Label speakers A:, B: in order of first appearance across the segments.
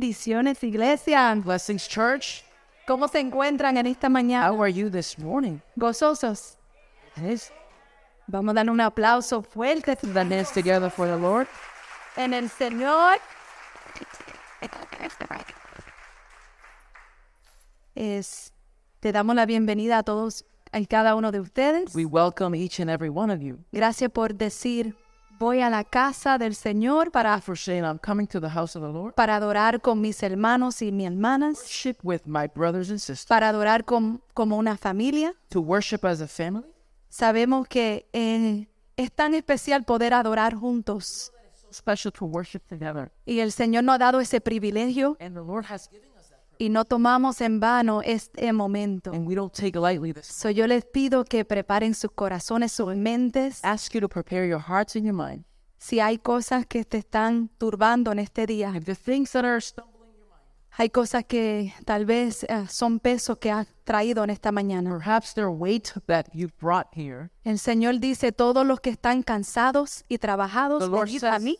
A: Bendiciones, iglesia.
B: Blessings Church.
A: ¿Cómo se encuentran en esta mañana?
B: How are you this morning?
A: Gozosos.
B: It is
A: Vamos a dar un aplauso fuerte
B: the hands together for the Lord.
A: en el Señor. Es, te damos la bienvenida a todos y cada uno de ustedes.
B: We welcome each and every one of you.
A: Gracias por decir, voy a la casa del Señor para,
B: For saying, I'm coming to the house of the Lord.
A: para adorar con mis hermanos y mis hermanas,
B: Worship with my brothers and sisters.
A: para adorar con- como una familia.
B: To worship as a family.
A: Sabemos que eh, es tan especial poder adorar juntos.
B: So special to worship together.
A: Y el Señor nos ha dado ese privilegio
B: And the Lord has given us that.
A: y no tomamos en vano este momento.
B: And we don't take lightly this.
A: So, yo les pido que preparen sus corazones, sus mentes. Ah,
B: Ask you to prepare your hearts and your mind.
A: Si hay cosas que te están turbando en este día,
B: If the things that are stumbling your mind,
A: hay cosas que tal vez eh, son pesos que has traído en esta mañana.
B: perhaps their weight that you've brought here.
A: El Señor dice, todos los que están cansados y
B: The
A: trabajados,
B: Lord
A: venid a
B: says,
A: mí.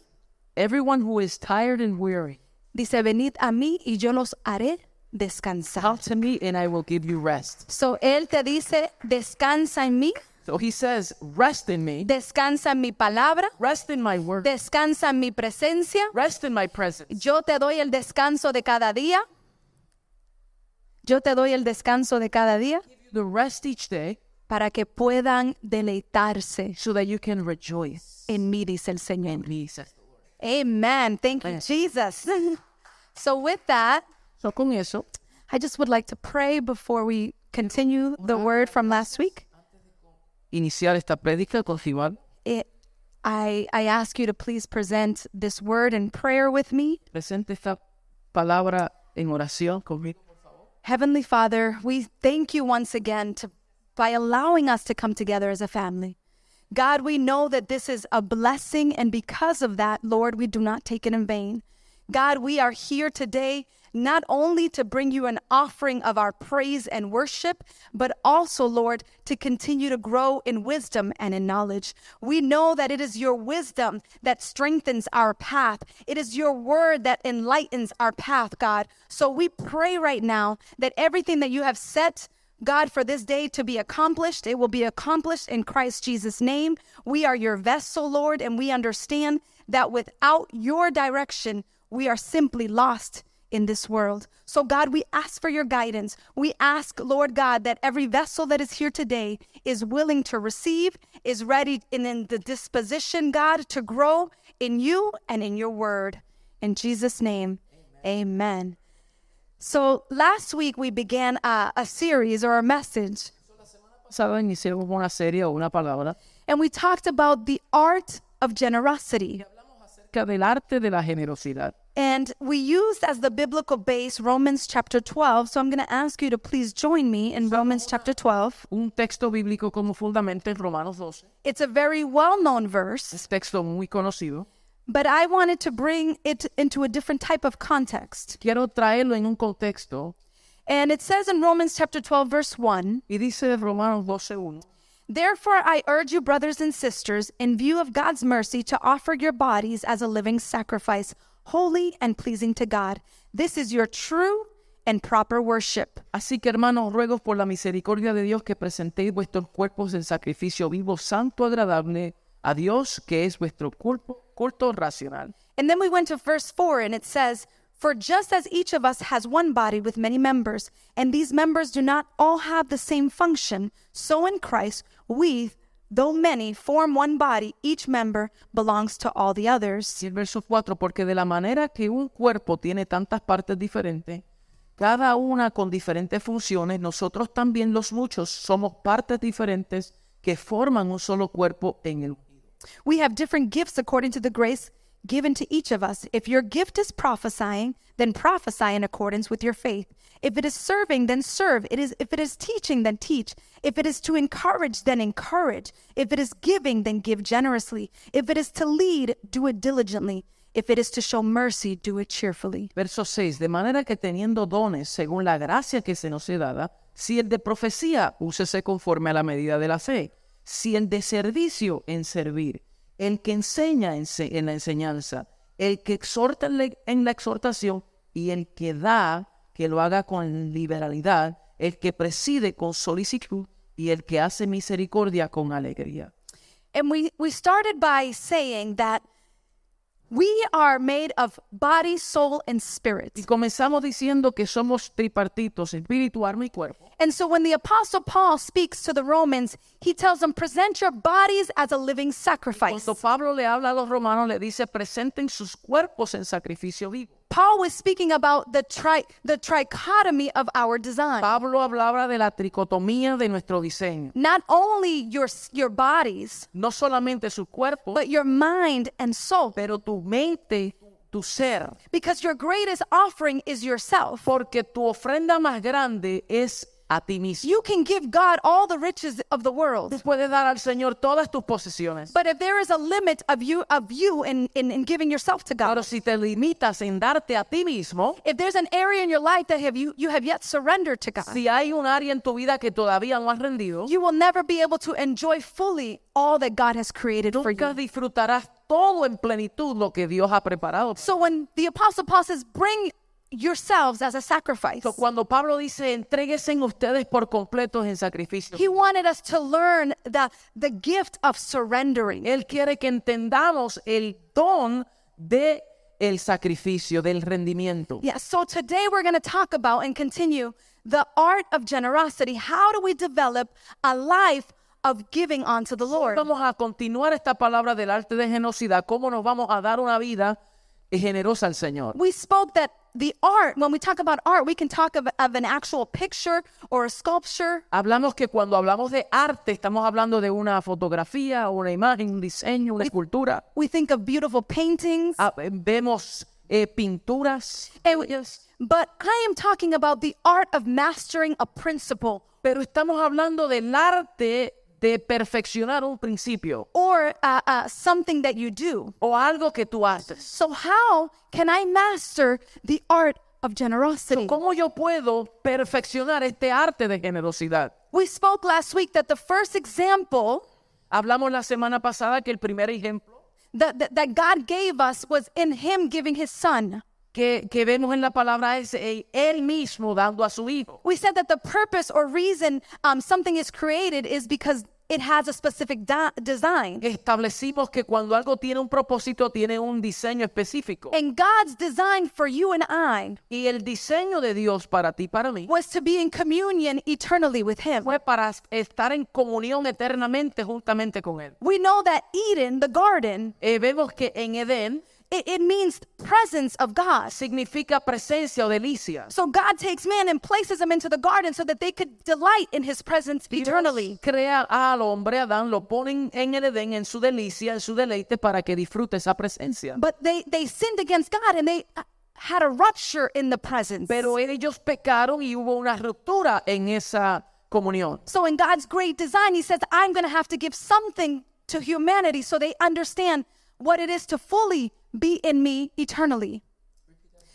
B: everyone who is tired and weary,
A: Dice, venid a mí y yo los haré descansar.
B: come to me and I will give you rest.
A: So, Él te dice, descansa en mí,
B: So he says, rest in me.
A: descansa en mi palabra,
B: Rest in my word.
A: descansa en mi presencia.
B: Rest in my presence.
A: Yo te doy el descanso de cada día. Yo te doy el descanso de cada día
B: The rest each day
A: para que puedan deleitarse
B: so that you can rejoice.
A: en mí, dice el Señor.
B: Me, says the Lord.
A: Amen. Thank you,
B: Yes.
A: Jesus. so, with that,
B: So con eso,
A: I just would like to pray before we continue the word from last week.
B: iniciar esta prédica, continuar.
A: It, I, I ask you to please present this word in prayer with me.
B: Presente esta palabra en oración conmigo.
A: Heavenly Father, we thank you once again to, by allowing us to come together as a family. God, we know that this is a blessing, and because of that, Lord, we do not take it in vain. God, we are here today not only to bring you an offering of our praise and worship, but also, Lord, to continue to grow in wisdom and in knowledge. We know that it is your wisdom that strengthens our path, it is your word that enlightens our path, God. So we pray right now that everything that you have set God, for this day to be accomplished, it will be accomplished in Christ Jesus' name. We are your vessel, Lord, and we understand that without your direction, we are simply lost in this world. So, God, we ask for your guidance. We ask, Lord God, that every vessel that is here today is willing to receive, is ready and in the disposition, God, to grow in you and in your word. In Jesus' name, amen. So last week we began uh, a series or a message,
B: Pasado iniciamos una serie o una palabra
A: and we talked about the art of generosity.
B: acerca del arte de la generosidad.
A: And we used as the biblical base Romans chapter 12. So I'm going to ask you to please join me in Romans chapter 12.
B: Un texto bíblico como fundamento en Romanos 12.
A: It's a very well known verse,
B: Es texto muy conocido.
A: but I wanted to bring it into a different type of context.
B: Quiero traerlo en un contexto
A: And it says in Romans chapter 12, verse 1
B: y dice Romanos 12.1.
A: Therefore, I urge you, brothers and sisters, in view of God's mercy, to offer your bodies as a living sacrifice, holy and pleasing to God. This is your true and proper worship.
B: Así que hermanos, ruego por la misericordia de Dios que presentéis vuestros cuerpos en sacrificio vivo, santo, agradable a Dios, que es vuestro culto, culto racional.
A: And then we went to verse 4, and it says, For just as each of us has one body with many members, and these members do not all have the same function, so in Christ we, though many, form one body, each member belongs to all the others.
B: Y el verso 4, porque de la manera que un cuerpo tiene tantas partes diferentes, cada una con diferentes funciones, nosotros también los muchos somos partes diferentes que forman un solo cuerpo en el
A: We have different gifts according to the grace given to each of us. If your gift is prophesying, then prophesy in accordance with your faith. If it is serving, then serve. It is if it is teaching, then teach. If it is to encourage, then encourage. If it is giving, then give generously. If it is to lead, do it diligently. If it is to show mercy, do it cheerfully.
B: Verso 6. De manera que teniendo dones según la gracia que se nos es dada, si el de profecía, úsese conforme a la medida de la fe. Si el de servicio, en servir. El que enseña en, se- en la enseñanza. El que exhorta en la, en la exhortación. y el que da, que lo haga con liberalidad, el que preside con solicitud y el que hace misericordia con alegría.
A: And we, we started by saying that we are made of body, soul, and spirit.
B: Y comenzamos diciendo que somos tripartitos, espíritu, alma y cuerpo.
A: And so when the Apostle Paul speaks to the Romans, he tells them, present your bodies as a living sacrifice.
B: Cuando Pablo le habla a los romanos, le dice, presenten sus cuerpos en sacrificio vivo.
A: Paul was speaking about the, tri- the trichotomy of our design.
B: Pablo hablaba de la tricotomía de nuestro diseño.
A: Not only your, s- your bodies,
B: No solamente su cuerpo,
A: but your mind and soul.
B: pero tu mente, tu ser.
A: Because your greatest offering is yourself.
B: Porque tu ofrenda más grande es a ti mismo.
A: You can give God all the riches of the
B: Tú
A: world.
B: puedes dar al Señor todas tus posesiones.
A: But if there is a limit of you of you in, in, in giving yourself to
B: Pero
A: God,
B: si te limitas en darte a ti mismo,
A: if there's an area in your life that have you you have yet surrendered to God,
B: si hay un área en tu vida que todavía no has rendido,
A: you will never be able to enjoy fully all that God has created for
B: nunca
A: you.
B: disfrutarás todo en plenitud lo que Dios ha preparado.
A: So when the apostle Paul says, "Bring yourselves as a sacrifice,"
B: So, Cuando Pablo dice, entréguese en ustedes por completos en sacrificio,
A: he wanted us to learn the the gift of surrendering.
B: Él quiere que entendamos el don de el sacrificio, del rendimiento.
A: Yes. So today we're going to talk about and continue the art of generosity. How do we develop a life of giving onto the Lord?
B: Vamos a continuar esta palabra del arte de genocidad, cómo nos vamos a dar una vida eh, generosa al Señor.
A: We spoke that the art, when we talk about art, we can talk of, of an actual picture or a sculpture.
B: Hablamos que cuando hablamos de arte estamos hablando de una fotografía, una imagen, un diseño, una escultura.
A: We think of beautiful paintings.
B: Ah, eh, vemos eh, pinturas,
A: And we- but I am talking about the art of mastering a principle
B: pero estamos hablando del arte de perfeccionar un principio
A: or uh, uh, something that you do.
B: o algo que tú haces.
A: So, how can I master the art of generosity?
B: ¿Cómo yo puedo perfeccionar este arte de generosidad?
A: We spoke last week that the first example
B: Hablamos la semana pasada que el primer ejemplo
A: that, that, that God gave us was in Him giving His Son.
B: que, que vemos en la palabra es eh, él mismo dando a su hijo.
A: We said that the purpose or reason um, something is created is because it has a specific di- design.
B: Establecimos que cuando algo tiene un propósito, tiene un diseño específico.
A: And God's design for you and I
B: Y el diseño de Dios para ti, para mí,
A: was to be in communion eternally with Him.
B: fue para estar en comunión eternamente juntamente con Él.
A: We know that Eden, the garden,
B: Eh, vemos que en Edén
A: it, it means presence of God.
B: significa presencia o delicias.
A: So God takes man and places him into the garden so that they could delight in his presence eternally.
B: Crea al hombre, Adán, lo ponen en el Edén, en su delicia, en su deleite, para que disfrute esa presencia.
A: But they, they sinned against God and they uh, had a rupture in the presence.
B: Pero ellos pecaron y hubo una ruptura en esa comunión.
A: So in God's great design, he says, I'm going to have to give something to humanity so they understand what it is to fully be in me eternally.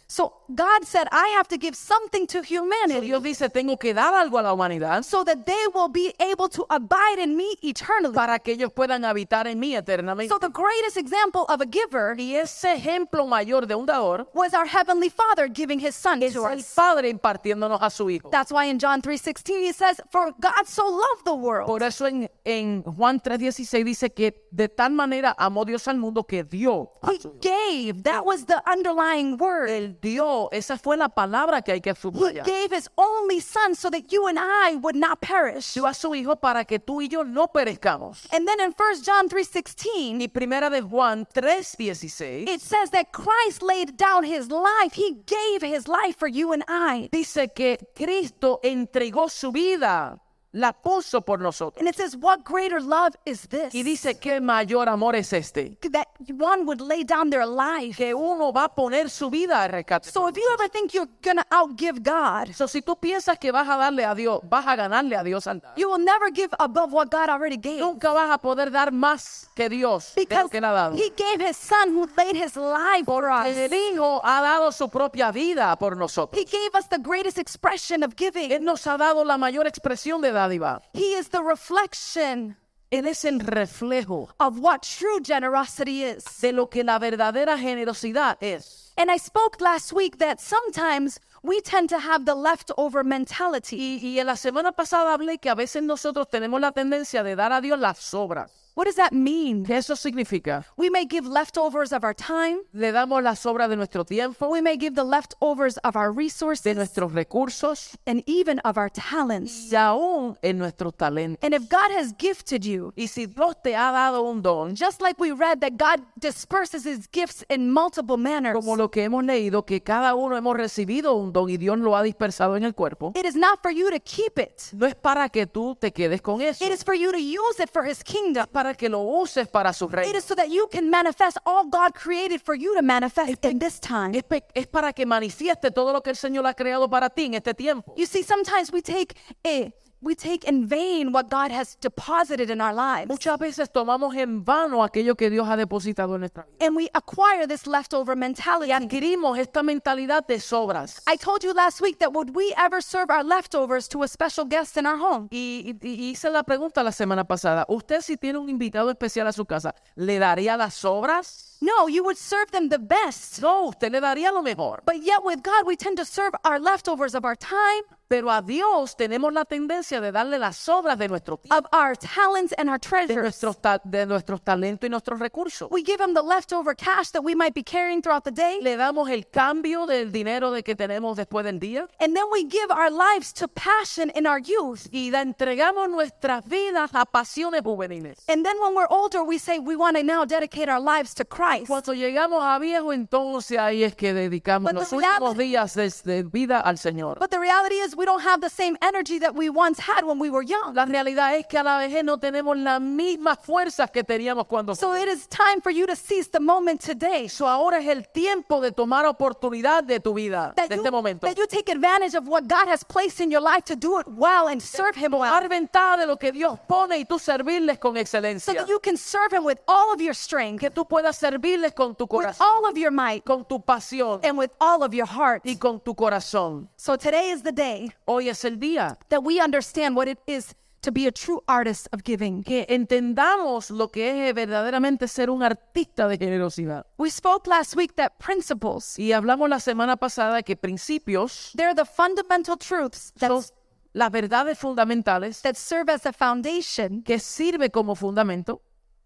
A: So God said, I have to give something to humanity
B: Dios dice, tengo que dar algo a la humanidad
A: so that they will be able to abide in me eternally.
B: para que ellos puedan habitar en mí eternamente.
A: So the greatest example of a giver
B: Y ese ejemplo mayor de un dador
A: was our heavenly Father giving his son
B: es
A: to
B: el
A: us.
B: Padre impartiéndonos a su Hijo.
A: That's why in John 3:16 he says, "For God so loved the world
B: Por eso en, en Juan 3:16 dice que de tal manera amó Dios al mundo que dio. a
A: he
B: su Hijo.
A: gave." That was the underlying word.
B: Él dio, esa fue la palabra que hay que
A: He
B: subrayar.
A: gave his only son so that you and I would not perish.
B: Dio a su Hijo para que tú y yo no perezcamos.
A: And then in 1 John 3:16,
B: Y primera de Juan 3:16
A: it says that Christ laid down his life. He gave his life for you and I.
B: dice que Cristo entregó su vida, la puso por nosotros.
A: And it says, "What greater love is this?"
B: Y dice que mayor amor es este,
A: that one would lay down their life.
B: que uno va a poner su vida a rescate.
A: So if you ever think you're going to outgive God,
B: So, si tú piensas que vas a darle a Dios, vas a ganarle a Dios al dar,
A: you will never give above what God already gave.
B: nunca vas a poder dar más que Dios de lo
A: Because
B: que él ha dado.
A: he gave his son who laid his life for us.
B: El Hijo ha dado su propia vida por nosotros.
A: He gave us the greatest expression of giving.
B: Él nos ha dado la mayor expresión de dádiva.
A: He is the reflection
B: Él es el reflejo
A: of what true generosity is.
B: de lo que la verdadera generosidad es.
A: And I spoke last week that sometimes we tend to have the leftover mentality.
B: Y, y en la semana pasada hablé que a veces nosotros tenemos la tendencia de dar a Dios las sobras.
A: What does that mean?
B: ¿Qué eso significa?
A: We may give leftovers of our time,
B: Le damos las sobras de nuestro tiempo,
A: we may give the leftovers of our
B: de
A: resources,
B: nuestros recursos
A: and even of our talents.
B: y aún en nuestros talentos.
A: And if God has gifted you,
B: Y si Dios te ha dado un don,
A: just like we read that God disperses his gifts in multiple manners,
B: como lo que hemos leído, que cada uno hemos recibido un don y Dios lo ha dispersado en el cuerpo,
A: it is not for you to keep it,
B: no es para que tú te quedes con eso,
A: it is for you to use it for his kingdom.
B: para que lo uses para su
A: It
B: reino.
A: is so that you can manifest all God created for you to manifest in this time.
B: Es, pe- es para que manifieste todo lo que el Señor ha creado para ti en este tiempo.
A: You see, sometimes we take a we take in vain what God has deposited in our lives,
B: Muchas veces tomamos en vano aquello que Dios ha depositado en nuestra vida.
A: and we acquire this leftover mentality.
B: Adquirimos esta mentalidad de sobras.
A: I told you last week that would we ever serve our leftovers to a special guest in our home?
B: Y, y- y hice la pregunta la semana pasada. ¿Usted si tiene un invitado especial a su casa, le daría las sobras?
A: No, you would serve them the best.
B: No, usted le daría lo mejor.
A: But yet with God, we tend to serve our leftovers of our time,
B: Pero a Dios tenemos la tendencia de darle las sobras de nuestro tiempo,
A: of our talents and our
B: de
A: treasures.
B: nuestros, ta- de nuestros talentos y nuestros recursos.
A: We give him the leftover cash that we might be carrying throughout the day.
B: Le damos el cambio del dinero de que tenemos después del día
A: And then we give our lives to passion in our youth.
B: y la entregamos nuestras vidas a pasiones juveniles.
A: And then when we're older, we say we want to now dedicate our lives to Christ.
B: Cuando llegamos a viejo, entonces ahí es que dedicamos
A: Cuando
B: los
A: miramos-
B: últimos días de, de vida al Señor.
A: But the reality is, we don't have the same energy that we once had when we were young.
B: La realidad es que a la vejez no tenemos las mismas fuerzas que teníamos cuando...
A: So it is time for you to seize the moment today.
B: So ahora es el tiempo de tomar oportunidad de tu vida,
A: That
B: de
A: you,
B: este momento.
A: that you take advantage of what God has placed in your life to do it well and serve Him well.
B: tomar ventaja de lo que Dios pone y tú servirles con
A: So
B: excelencia.
A: that you can serve Him with all of your strength,
B: que tú puedas servirles con tu
A: with
B: corazón,
A: all of your might,
B: con tu pasión
A: and with all of your heart.
B: y con tu corazón.
A: So today is the day
B: Hoy es el día
A: that we understand what it is to be a true artist of giving.
B: que entendamos lo que es verdaderamente ser un artista de generosidad.
A: We spoke last week that principles,
B: Y hablamos la semana pasada que principios
A: they're the fundamental truths that,
B: son las verdades fundamentales
A: that serve as a foundation
B: que sirve como fundamento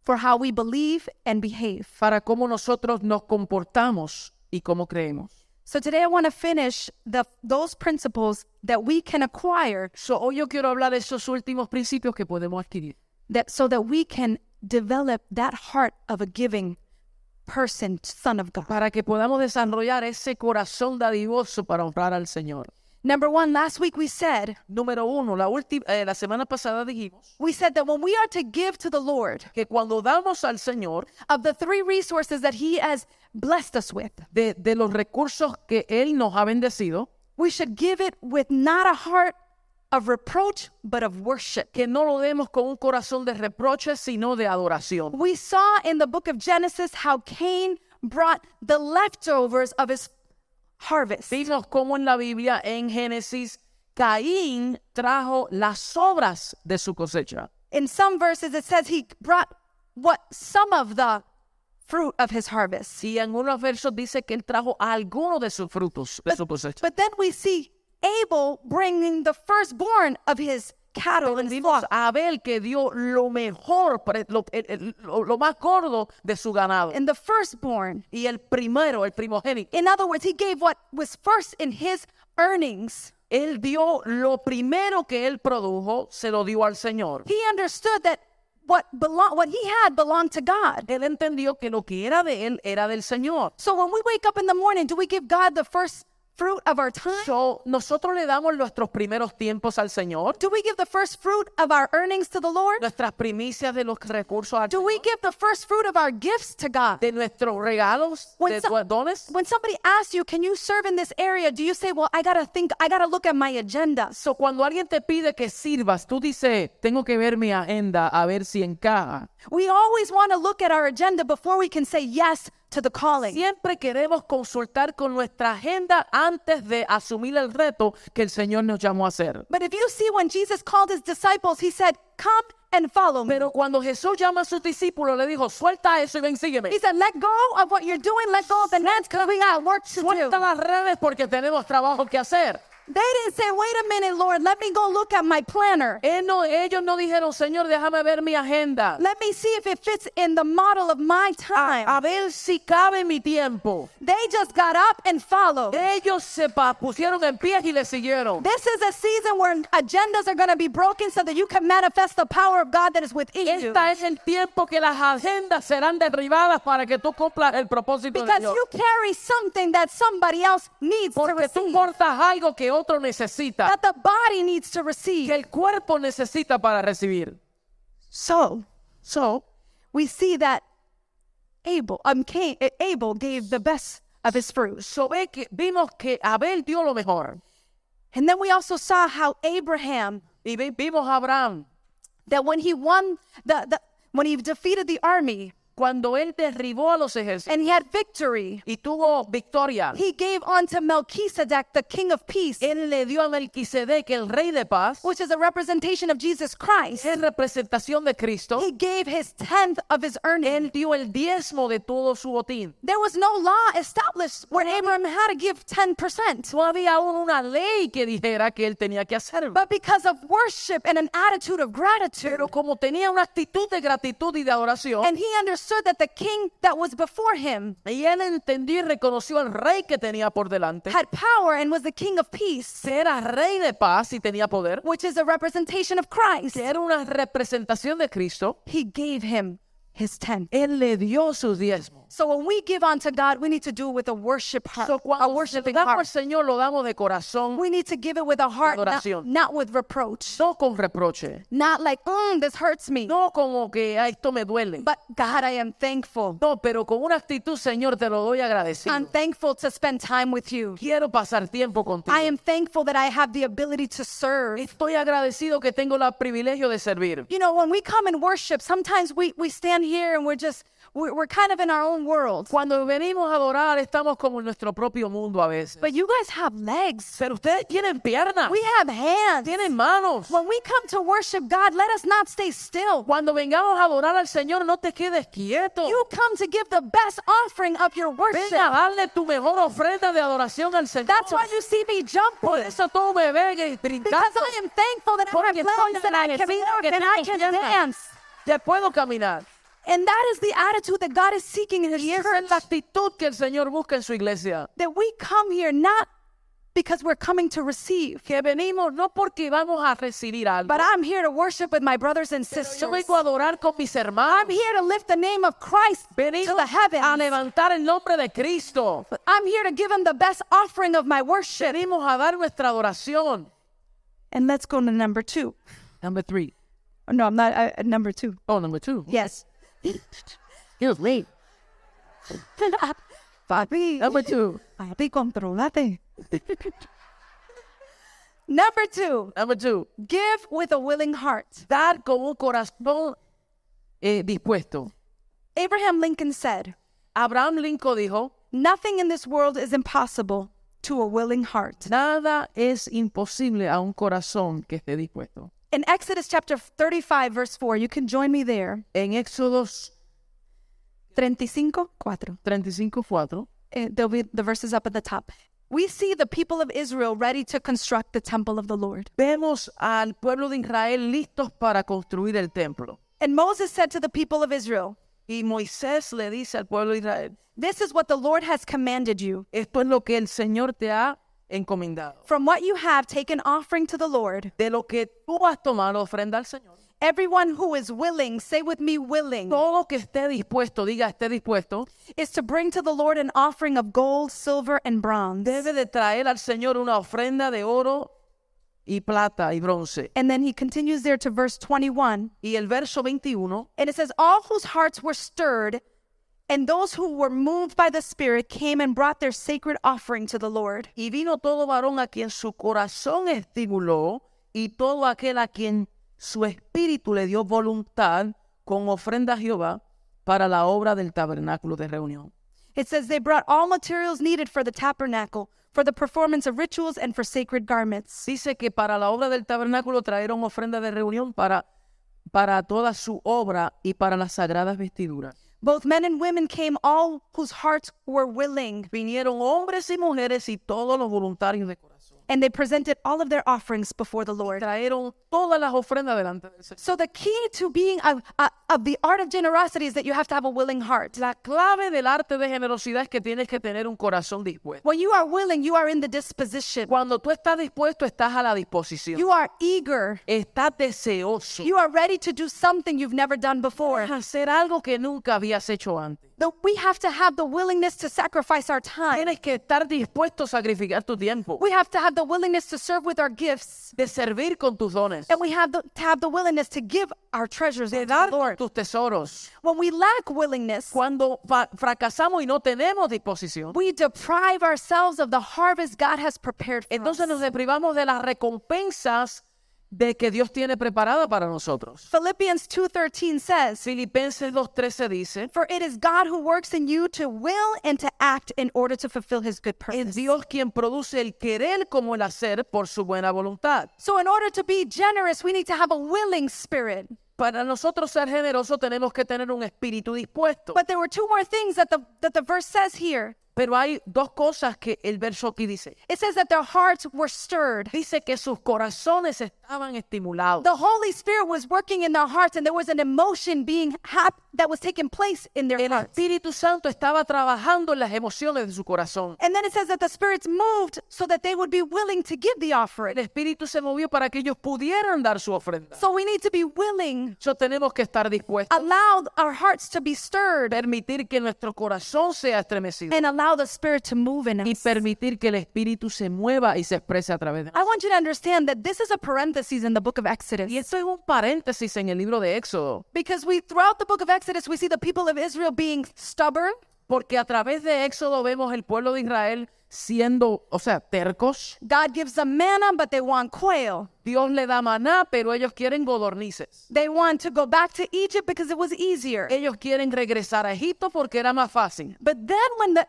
A: for how we believe and behave.
B: para cómo nosotros nos comportamos y cómo creemos.
A: So today I want to finish the, those principles that we can acquire
B: So, hoy yo quiero hablar de esos últimos principios que podemos adquirir.
A: that so that we can develop that heart of a giving person, son of God.
B: para que podamos desarrollar ese corazón dadivoso para honrar al Señor.
A: Number one, last week we said,
B: Número uno, la, ulti- eh, la semana pasada dijimos
A: we said that when we are to give to the Lord
B: que cuando damos al Señor
A: of the three resources that He has blessed us with,
B: de, de los recursos que Él nos ha bendecido,
A: we should give it with not a heart of reproach, but of worship.
B: que no lo demos con un corazón de reproche, sino de adoración.
A: We saw in the book of Genesis how Cain brought the leftovers of his harvest.
B: Vimos cómo en la Biblia, en Génesis, Caín trajo las obras de su cosecha.
A: In some verses, it says he brought what some of the fruit of his harvest.
B: Si en unos versos dice que él trajo algunos de sus frutos de su cosecha.
A: But then we see Abel bringing the firstborn of his cattle and his
B: Vimos
A: flock.
B: a Abel que dio lo mejor, pre- lo, el- el- lo- lo más gordo de su ganado.
A: And the firstborn,
B: Y el primero, el primogénito,
A: in other words, he gave what was first in his earnings.
B: él dio lo primero que él produjo, se lo dio al Señor.
A: He understood that what belong, what he had belonged to God.
B: Él entendió que lo que era de él era del Señor.
A: So when we wake up in the morning, do we give God the first fruit of our time?
B: So, nosotros le damos nuestros primeros tiempos al Señor,
A: Do we give the first fruit of our earnings to the Lord?
B: nuestras primicias de los recursos, al-
A: Do we give the first fruit of our gifts to God?
B: de nuestros regalos,
A: When
B: de
A: some-
B: tus dones.
A: When somebody asks you, can you serve in this area? Do you say, well, I got to think, I got to look at my agenda.
B: So, cuando alguien te pide que sirvas, tú dices, tengo que ver mi agenda a ver si encaja.
A: We always want to look at our agenda before we can say yes to the calling.
B: Siempre queremos consultar con nuestra agenda antes de asumir el reto que el Señor nos llamó a hacer.
A: But if you see, when Jesus called his disciples, he said, Come and follow me.
B: Pero cuando Jesús llama a sus discípulos, le dijo, suelta eso y ven, sígueme.
A: He said, Let go of what you're doing, let go of the nets, because we got work to do.
B: Suelta las redes porque tenemos trabajo que hacer.
A: They didn't say, Wait a minute, Lord, let me go look at my planner.
B: Él no- ellos no dijeron, Señor, déjame ver mi agenda.
A: Let me see if it fits in the model of my
B: A
A: time.
B: ver si cabe mi tiempo.
A: They just got up and followed.
B: Ellos se pa- pusieron en pie y le siguieron.
A: This is a season where agendas are going to be broken so that you can manifest the power of God that is within you.
B: Este es el tiempo que las agendas serán derribadas para que tú cumplas el propósito de
A: Because
B: Dios.
A: you carry something that somebody else needs to
B: Porque tú
A: receive,
B: portas algo que otro necesita,
A: that the body needs to
B: que
A: receive.
B: el cuerpo necesita para recibir.
A: So
B: So,
A: we see that Abel, um, Cain, uh, Abel gave the best of his fruits.
B: so ve que vimos que Abel dio lo mejor.
A: And then we also saw how Abraham,
B: Y vi- vimos a Abraham
A: that when he won the, the when he defeated the army
B: cuando él derribó a los ejércitos
A: and he had victory,
B: y tuvo victoria.
A: he gave unto Melchizedek, the king of peace,
B: Él le dio a Melquisedec, el rey de paz,
A: which is a representation of Jesus Christ.
B: es representación de Cristo.
A: He gave his tenth of his earnings.
B: Él dio el diezmo de todo su botín.
A: There was no law established where Abraham had to give 10%.
B: No había aún una ley que dijera que él tenía que hacerlo.
A: But because of worship and an attitude of gratitude,
B: Pero como tenía una actitud de gratitud y de adoración,
A: and he understood that the king that was before him
B: Y él entendió y reconoció al rey que tenía por delante.
A: had power and was the king of peace,
B: que Era rey de paz y tenía poder.
A: which is a representation of Christ,
B: que Era una representación de Cristo.
A: he gave him his tenth.
B: Él le dio sus diezmos.
A: So when we give unto God, we need to do it with a worship heart,
B: So,
A: a
B: cuando se lo
A: worshiping
B: damos al
A: heart.
B: Señor, lo damos de corazón,
A: We need to give it with a heart, not,
B: Adoración.
A: not with reproach,
B: no con reproche,
A: not like, mm, this hurts me,
B: no como que "Ah, esto me duele.
A: but God, I am thankful.
B: No, pero con una actitud, Señor, te lo doy agradecido.
A: I'm thankful to spend time with you.
B: Quiero pasar tiempo contigo.
A: I am thankful that I have the ability to serve.
B: Estoy agradecido que tengo el privilegio de servir.
A: You know, when we come and worship, sometimes we, we stand here and we're just, we're, we're kind of in our own world.
B: Cuando venimos a adorar, estamos como en nuestro propio mundo a veces.
A: But you guys have legs,
B: Pero ustedes tienen piernas,
A: we have hands.
B: tienen manos.
A: When we come to worship God, let us not stay still.
B: Cuando vengamos a adorar al Señor, no te quedes quieto.
A: You come to give the best offering of your
B: Ven a
A: worship.
B: darle tu mejor ofrenda de adoración al Señor.
A: That's why you see me jump
B: Por
A: with it.
B: eso tú me ves gri-
A: Because
B: brincando.
A: I am thankful that I have
B: Porque estoy
A: legs and I can
B: agradecido
A: move
B: que
A: and I
B: tengo
A: can
B: piernas.
A: dance.
B: Te puedo caminar.
A: And that is the attitude that God is seeking in His
B: Y esa es la
A: church.
B: actitud que el Señor busca en su iglesia.
A: that we come here not because we're coming to receive,
B: Que venimos no porque vamos a recibir algo.
A: but I'm here to worship with my brothers and sisters.
B: Yo vengo a adorar con mis
A: I'm
B: hermanos.
A: here to lift the name of Christ to
B: Venimos
A: the
B: a
A: heavens.
B: levantar el nombre de Cristo.
A: I'm here to give him the best offering of my worship.
B: Venimos a dar nuestra adoración.
A: And let's go to number two.
B: Number three.
A: Oh, No, I'm not uh, uh, number two.
B: Oh, number two.
A: Yes.
B: Excuse me.
A: Papi,
B: Number two.
A: papi, controlate. Number two,
B: Number two.
A: give with a willing heart.
B: dar con un corazón eh, dispuesto.
A: Abraham Lincoln said,
B: Abraham Lincoln dijo,
A: Nothing in this world is impossible to a willing heart.
B: nada es imposible a un corazón que esté dispuesto.
A: In Exodus chapter 35, verse 4, you can join me there.
B: En Éxodo
A: 35, 4.
B: 35.4,
A: Eh, There'll be the verses up at the top. We see the people of Israel ready to construct the temple of the Lord.
B: vemos al pueblo de Israel listos para construir el templo.
A: And Moses said to the people of Israel,
B: Y Moisés le dice al pueblo de Israel,
A: This is what the Lord has commanded you.
B: esto es lo que el Señor te ha encomendado.
A: From what you have, take an offering to the Lord.
B: De lo que tú has tomado ofrenda al Señor.
A: Everyone who is willing, say with me, willing,
B: Todo que esté dispuesto, diga esté dispuesto,
A: is to bring to the Lord an offering of gold, silver, and bronze.
B: debe de traer al Señor una ofrenda de oro y plata y bronce.
A: And then he continues there to verse 21.
B: Y el verso 21,
A: And it says, All whose hearts were stirred and those who were moved by the Spirit came and brought their sacred offering to the Lord.
B: y vino todo varón a quien su corazón estimuló y todo aquel a quien su espíritu le dio voluntad con ofrenda a Jehová para la obra del tabernáculo de reunión.
A: It says they brought all materials needed for the tabernacle, for the performance of rituals, and for sacred garments.
B: Dice que para la obra del tabernáculo trajeron ofrenda de reunión para, para toda su obra y para las sagradas vestiduras.
A: Both men and women came, all whose hearts were willing,
B: Vinieron hombres y mujeres y todos los voluntarios de corazón.
A: and they presented all of their offerings before the Lord.
B: Trajeron todas las ofrendas delante del Señor.
A: So the key to being a, a, of the art of generosity is that you have to have a willing heart.
B: La clave del arte de generosidad es que tienes que tener un corazón dispuesto.
A: When you are willing, you are in the disposition.
B: Cuando tú estás dispuesto, estás a la disposición.
A: You are eager.
B: Estás deseoso.
A: You are ready to do something you've never done before.
B: Hacer algo que nunca habías hecho antes.
A: That we have to have the willingness to sacrifice our time.
B: Tienes que estar dispuesto a sacrificar tu tiempo,
A: We have to have the willingness to serve with our gifts.
B: de servir con tus dones,
A: And we have the, to have the willingness to give our treasures
B: de
A: unto
B: dar
A: the Lord.
B: tus tesoros.
A: When we lack willingness,
B: Cuando fa- fracasamos y no tenemos disposición,
A: we deprive ourselves of the harvest God has prepared for us.
B: entonces nos deprivamos de las recompensas de que Dios tiene preparada para nosotros.
A: Philippians 2.13 says,
B: Filipenses 2.13 dice,
A: For it is God who works in you to will and to act in order to fulfill his good
B: es
A: purpose.
B: Dios quien produce el querer como el hacer por su buena voluntad.
A: So, in order to be generous, we need to have a willing spirit.
B: Para nosotros ser generosos tenemos que tener un espíritu dispuesto.
A: But there were two more things that the, that the verse says here
B: Pero hay dos cosas que el verso aquí dice.
A: it says that their hearts were stirred.
B: Dice que sus corazones estaban estimulados.
A: The Holy Spirit was working in their hearts, and there was an emotion being hap- that was taking place in their
B: El
A: hearts.
B: Espíritu Santo estaba trabajando en las emociones de su corazón.
A: And then it says that the spirits moved so that they would be willing to give the
B: El
A: offering.
B: Espíritu se movió para que ellos pudieran dar su ofrenda.
A: So we need to be willing,
B: Eso tenemos que estar dispuestos.
A: allow our hearts to be stirred,
B: Permitir que nuestro corazón sea estremecido.
A: and allow the Spirit to move in
B: Y
A: us.
B: permitir que el Espíritu se mueva y se exprese a través de
A: I
B: nosotros.
A: want you to understand that this is a parenthesis in the book of
B: Y
A: Exodus.
B: esto es un paréntesis en el libro de Éxodo.
A: Because we throughout the book of Exodus we see the people of Israel being stubborn,
B: Porque a través de Éxodo vemos el pueblo de Israel siendo, o sea, tercos.
A: God gives them manna, but they want quail.
B: Dios le da maná, pero ellos quieren godornices.
A: They want to go back to Egypt because it was easier.
B: Ellos quieren regresar a Egipto porque era más fácil.
A: But then when the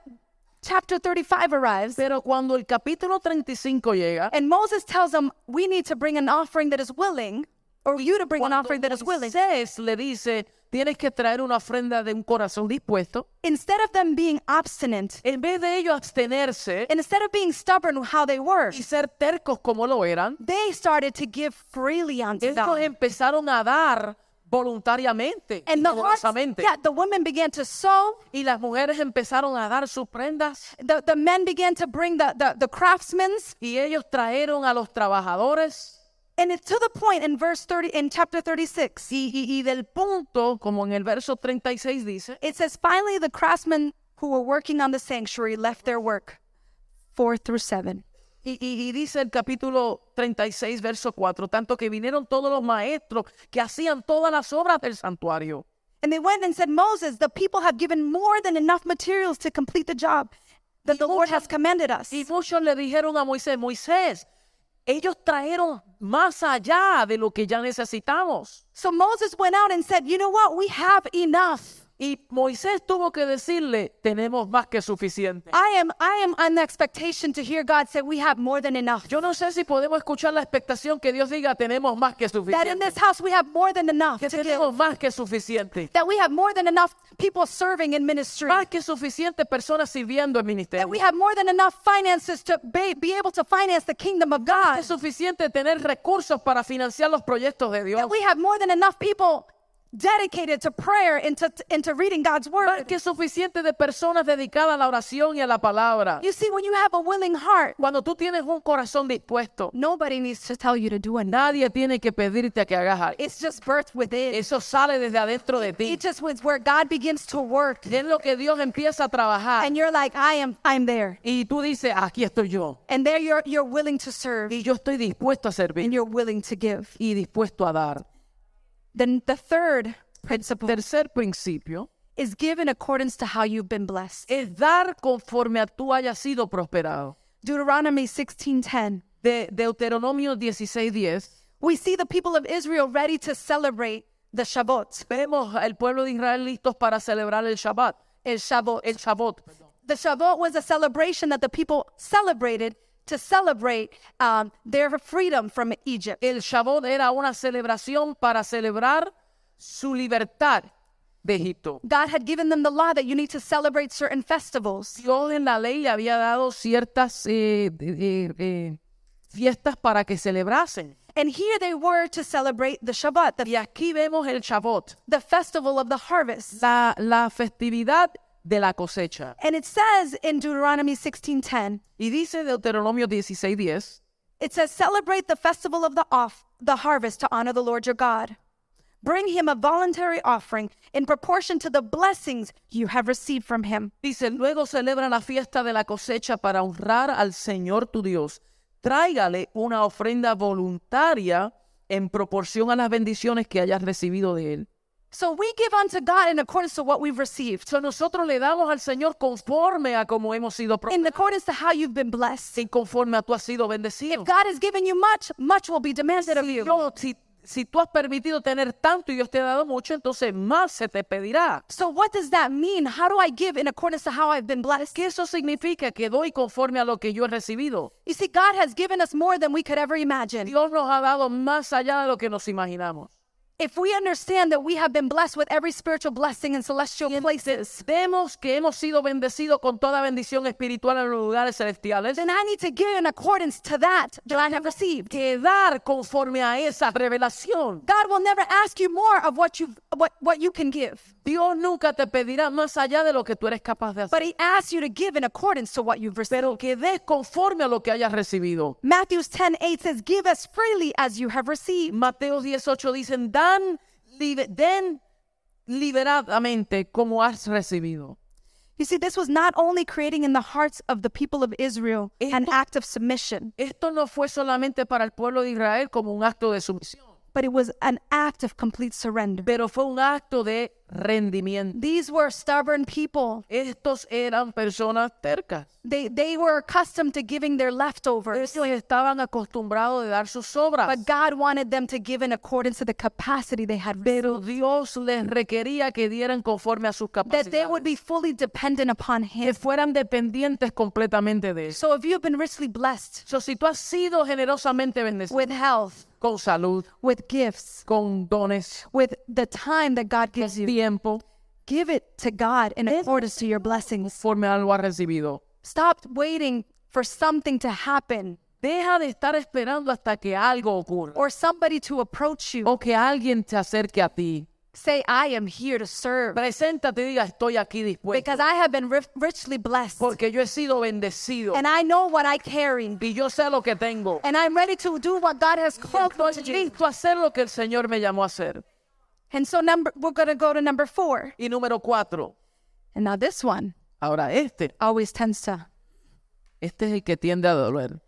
A: chapter 35 arrives
B: Pero cuando el capítulo 35 llega,
A: and Moses tells them, We need to bring an offering that is willing, or you to bring an
B: cuando
A: offering that is willing.
B: Moisés le dice, tienes que traer una ofrenda de un corazón dispuesto,
A: Instead of them being obstinate,
B: en vez de ellos abstenerse
A: and instead of being stubborn how they were,
B: y ser tercos como lo eran,
A: they started to give freely unto
B: ellos
A: them.
B: empezaron a dar voluntariamente, y
A: And the hearts,
B: generosamente.
A: yeah, the women began to sew.
B: Y las mujeres empezaron a dar sus prendas
A: The, the men began to bring the, the, the craftsmen's.
B: y ellos trajeron a los trabajadores.
A: And it's to the point in verse 30, in chapter 36,
B: Y, y- y del punto, como en el verso 36 dice,
A: it says, Finally, the craftsmen who were working on the sanctuary left their work. Four through seven.
B: Y, y- y dice el capítulo 36, verso 4, tanto que vinieron todos los maestros que hacían todas las obras del santuario.
A: And they went and said, Moses, the people have given more than enough materials to complete the job that the Lord has commanded us.
B: Y muchos le dijeron a Moisés, Moisés, ellos trajeron más allá de lo que ya necesitamos.
A: So Moses went out and said, You know what? We have enough.
B: Y Moisés tuvo que decirle, tenemos más que suficiente.
A: I am I am on the expectation to hear God say we have more than enough.
B: Yo no sé si podemos escuchar la expectación que Dios diga, tenemos más que
A: That in this
B: suficiente.
A: house we have more than enough
B: Que
A: to give.
B: tenemos más que suficiente.
A: that we have more than enough people serving in ministry,
B: Más que suficiente personas sirviendo
A: that
B: en ministerio.
A: we have more than enough finances to ba- be able to finance the kingdom of God,
B: es suficiente tener recursos para financiar los proyectos de Dios.
A: that we have more than enough people dedicated to prayer and to, and to reading God's
B: Más
A: word.
B: que suficiente de personas dedicadas a la oración y a la palabra.
A: You see, when you have a willing heart,
B: Cuando tú tienes un corazón dispuesto,
A: nobody needs to tell you to do enough.
B: nadie tiene que pedirte a que hagas algo.
A: It's just birth within.
B: Eso sale desde adentro de ti.
A: It just was where God begins to work,
B: Y es lo que Dios empieza a trabajar.
A: and you're like, I am, I'm there,
B: Y tú dices, aquí estoy yo.
A: and there you're you're willing to serve,
B: Y yo estoy dispuesto a
A: and
B: servir
A: you're willing to give.
B: y dispuesto a dar.
A: Then the third principle
B: Tercer principio
A: is give in accordance to how you've been blessed.
B: es dar conforme a tú hayas sido prosperado.
A: Deuteronomy 16:10.
B: De Deuteronomio 16:10
A: We see the people of Israel ready to celebrate the Shabbat.
B: Vemos al pueblo de Israel listos para celebrar el Shabbat.
A: el Shabbat.
B: el Shabbat. perdón.
A: the Shabbat was a celebration that the people celebrated to celebrate um, their freedom from Egypt.
B: El Shabbat era una celebración para celebrar su libertad de Egipto.
A: God had given them the law that you need to celebrate certain festivals.
B: Dios en la ley le había dado ciertas eh, de- eh, eh, fiestas para que celebrasen.
A: And here they were to celebrate the Shabbat, the,
B: Y aquí vemos el Shabbat,
A: the festival of the harvest.
B: la, la festividad de la cosecha.
A: And it says in Deuteronomy 16:10,
B: Y dice Deuteronomio 16:10,
A: it says, "Celebrate the festival of the off the harvest to honor the Lord your God. Bring him a voluntary offering in proportion to the blessings you have received from him."
B: dice, luego celebra la fiesta de la cosecha para honrar al Señor tu Dios. Tráigale una ofrenda voluntaria en proporción a las bendiciones que hayas recibido de él.
A: So we give unto God in accordance to what we've received.
B: So, nosotros le damos al Señor conforme a como hemos sido pro-
A: in accordance to how you've been blessed.
B: y conforme a tú has sido bendecido.
A: If God has given you much, much will be demanded of you.
B: Yo, si, si tú has permitido tener tanto y Dios te ha dado mucho, entonces más se te pedirá.
A: So what does that mean? How do I give in accordance to how I've been blessed?
B: Que eso significa que doy conforme a lo que yo he recibido.
A: You see, God has given us more than we could ever imagine.
B: Dios nos ha dado más allá de lo que nos imaginamos.
A: If we understand that we have been blessed with every spiritual blessing in celestial places,
B: Vemos que hemos sido bendecidos con toda bendición espiritual en los lugares celestiales.
A: then I need to give in accordance to that that I have received.
B: Que dar conforme a esa revelación.
A: God will never ask you more of what you what, what you can give,
B: Dios nunca te pedirá más allá de lo que tú eres capaz de hacer.
A: but He asks you to give in accordance to what you've received.
B: pero que des conforme a lo que hayas recibido.
A: Matthew 10 8 says, Give as freely as you have received.
B: Mateo 18 dicen, dan, libe- den liberadamente como has recibido.
A: You see, this was not only creating in the hearts of the people of Israel an
B: Esto-
A: act of submission,
B: Esto no fue solamente para el pueblo de Israel como un acto de sumisión,
A: but it was an act of complete surrender.
B: pero fue un acto de rendimiento.
A: These were stubborn people.
B: Estos eran personas tercas.
A: They, they were accustomed to giving their leftovers,
B: Ellos estaban acostumbrados de dar sus obras,
A: but God wanted them to give in accordance to the capacity they had, received,
B: pero Dios les requería que dieran conforme a sus
A: that they would
B: capacidades,
A: be fully dependent upon
B: que
A: Him.
B: fueran dependientes completamente de eso.
A: So if you've been richly blessed
B: So, si tú has sido generosamente bendecido,
A: with health,
B: con salud,
A: with gifts,
B: con dones,
A: with the time that God gives you,
B: tiempo,
A: give it to God in accordance to your blessings.
B: conforme a lo has recibido.
A: Stop waiting for something to happen
B: Deja de estar esperando hasta que algo ocurra
A: or somebody to approach you.
B: o que alguien te acerque a ti.
A: Say, I am here to serve
B: Preséntate y diga, estoy aquí dispuesto,
A: because I have been ri- richly blessed
B: porque yo he sido bendecido
A: and I know what I carry
B: y yo sé lo que tengo.
A: and I'm ready to do what God has called me to
B: Estoy
A: do.
B: listo a hacer lo que el Señor me llamó a hacer.
A: And so number, we're going to go to number four.
B: Y número cuatro,
A: And now this one
B: ahora este,
A: always tends to
B: este es el que tiende a doler.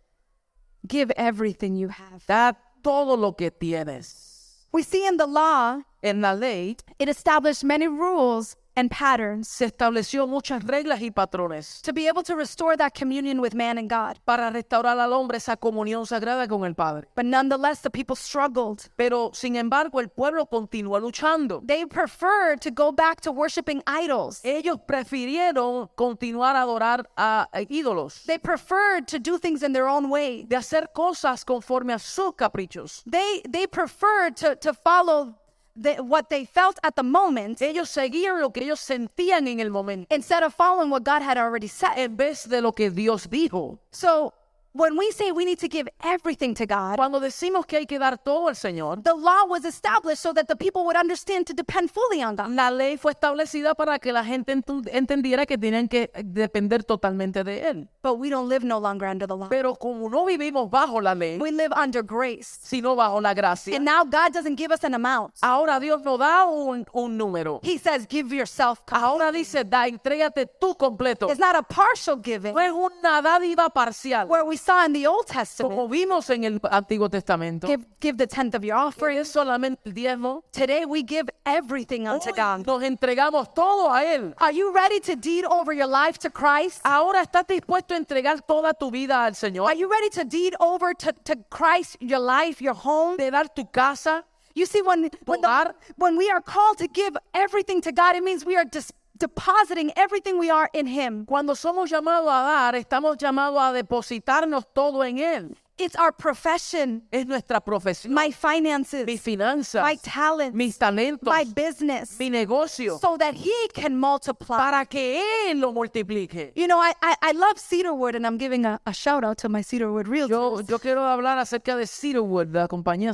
A: give everything you have.
B: Da todo lo que tienes.
A: We see in the law,
B: En la ley
A: it established many rules and patterns
B: se estableció muchas reglas y patrones
A: to be able to restore that communion with man and God.
B: para restaurar al hombre esa comunión sagrada con el Padre.
A: But nonetheless, the people struggled.
B: Pero, sin embargo, el pueblo continúa luchando.
A: They preferred to go back to worshiping idols.
B: Ellos prefirieron continuar a adorar a a ídolos,
A: They preferred to do things in their own way.
B: de hacer cosas conforme a sus caprichos.
A: They they preferred to to follow the, what they felt at the moment
B: Ellos seguían lo que ellos sentían en el momento,
A: instead of following what God had already said.
B: en vez de lo que Dios dijo.
A: So when we say we need to give everything to God,
B: Cuando decimos que hay que dar todo al Señor,
A: the law was established so that the people would understand to depend fully on God.
B: la ley fue establecida para que la gente entu- entendiera que tenían que depender totalmente de Él.
A: But we don't live no longer under the law.
B: Pero como no vivimos bajo la ley,
A: We live under grace.
B: sino bajo la gracia,
A: And now God doesn't give us an amount.
B: Ahora Dios nos da un, un número.
A: He says, give yourself. com-"
B: Ahora dice, da, entrégate tú completo.
A: It's not a partial giving
B: No es una dádiva parcial,
A: where we saw in the Old Testament.
B: como vimos en el Antiguo Testamento.
A: give give the tenth of your offering.
B: Pero es solamente el diezmo.
A: Today we give everything unto
B: Hoy
A: God.
B: Nos entregamos todo a Él.
A: Are you ready to deed over your life to Christ?
B: Ahora estás dispuesto a entregar toda tu vida al
A: Are
B: Señor,
A: you ready to deed over to, to Christ your life, your home?
B: de dar tu casa.
A: You see, when when, the-
B: Hogar.
A: when we are called to give everything to God, it means we are dis, depositing everything we are in Him.
B: Cuando somos llamados a dar, estamos llamados a depositarnos todo en Él.
A: It's our profession,
B: Es nuestra profesión,
A: my finances,
B: mis finanzas,
A: my talents,
B: mis talentos,
A: my business,
B: mi negocio,
A: so that He can multiply.
B: para que Él lo multiplique.
A: You know, I, I, I love Cedarwood, and I'm giving a, a shout out to my Cedarwood
B: Yo,
A: Realtors.
B: yo quiero hablar acerca de Cedarwood, la compañía
A: and, I,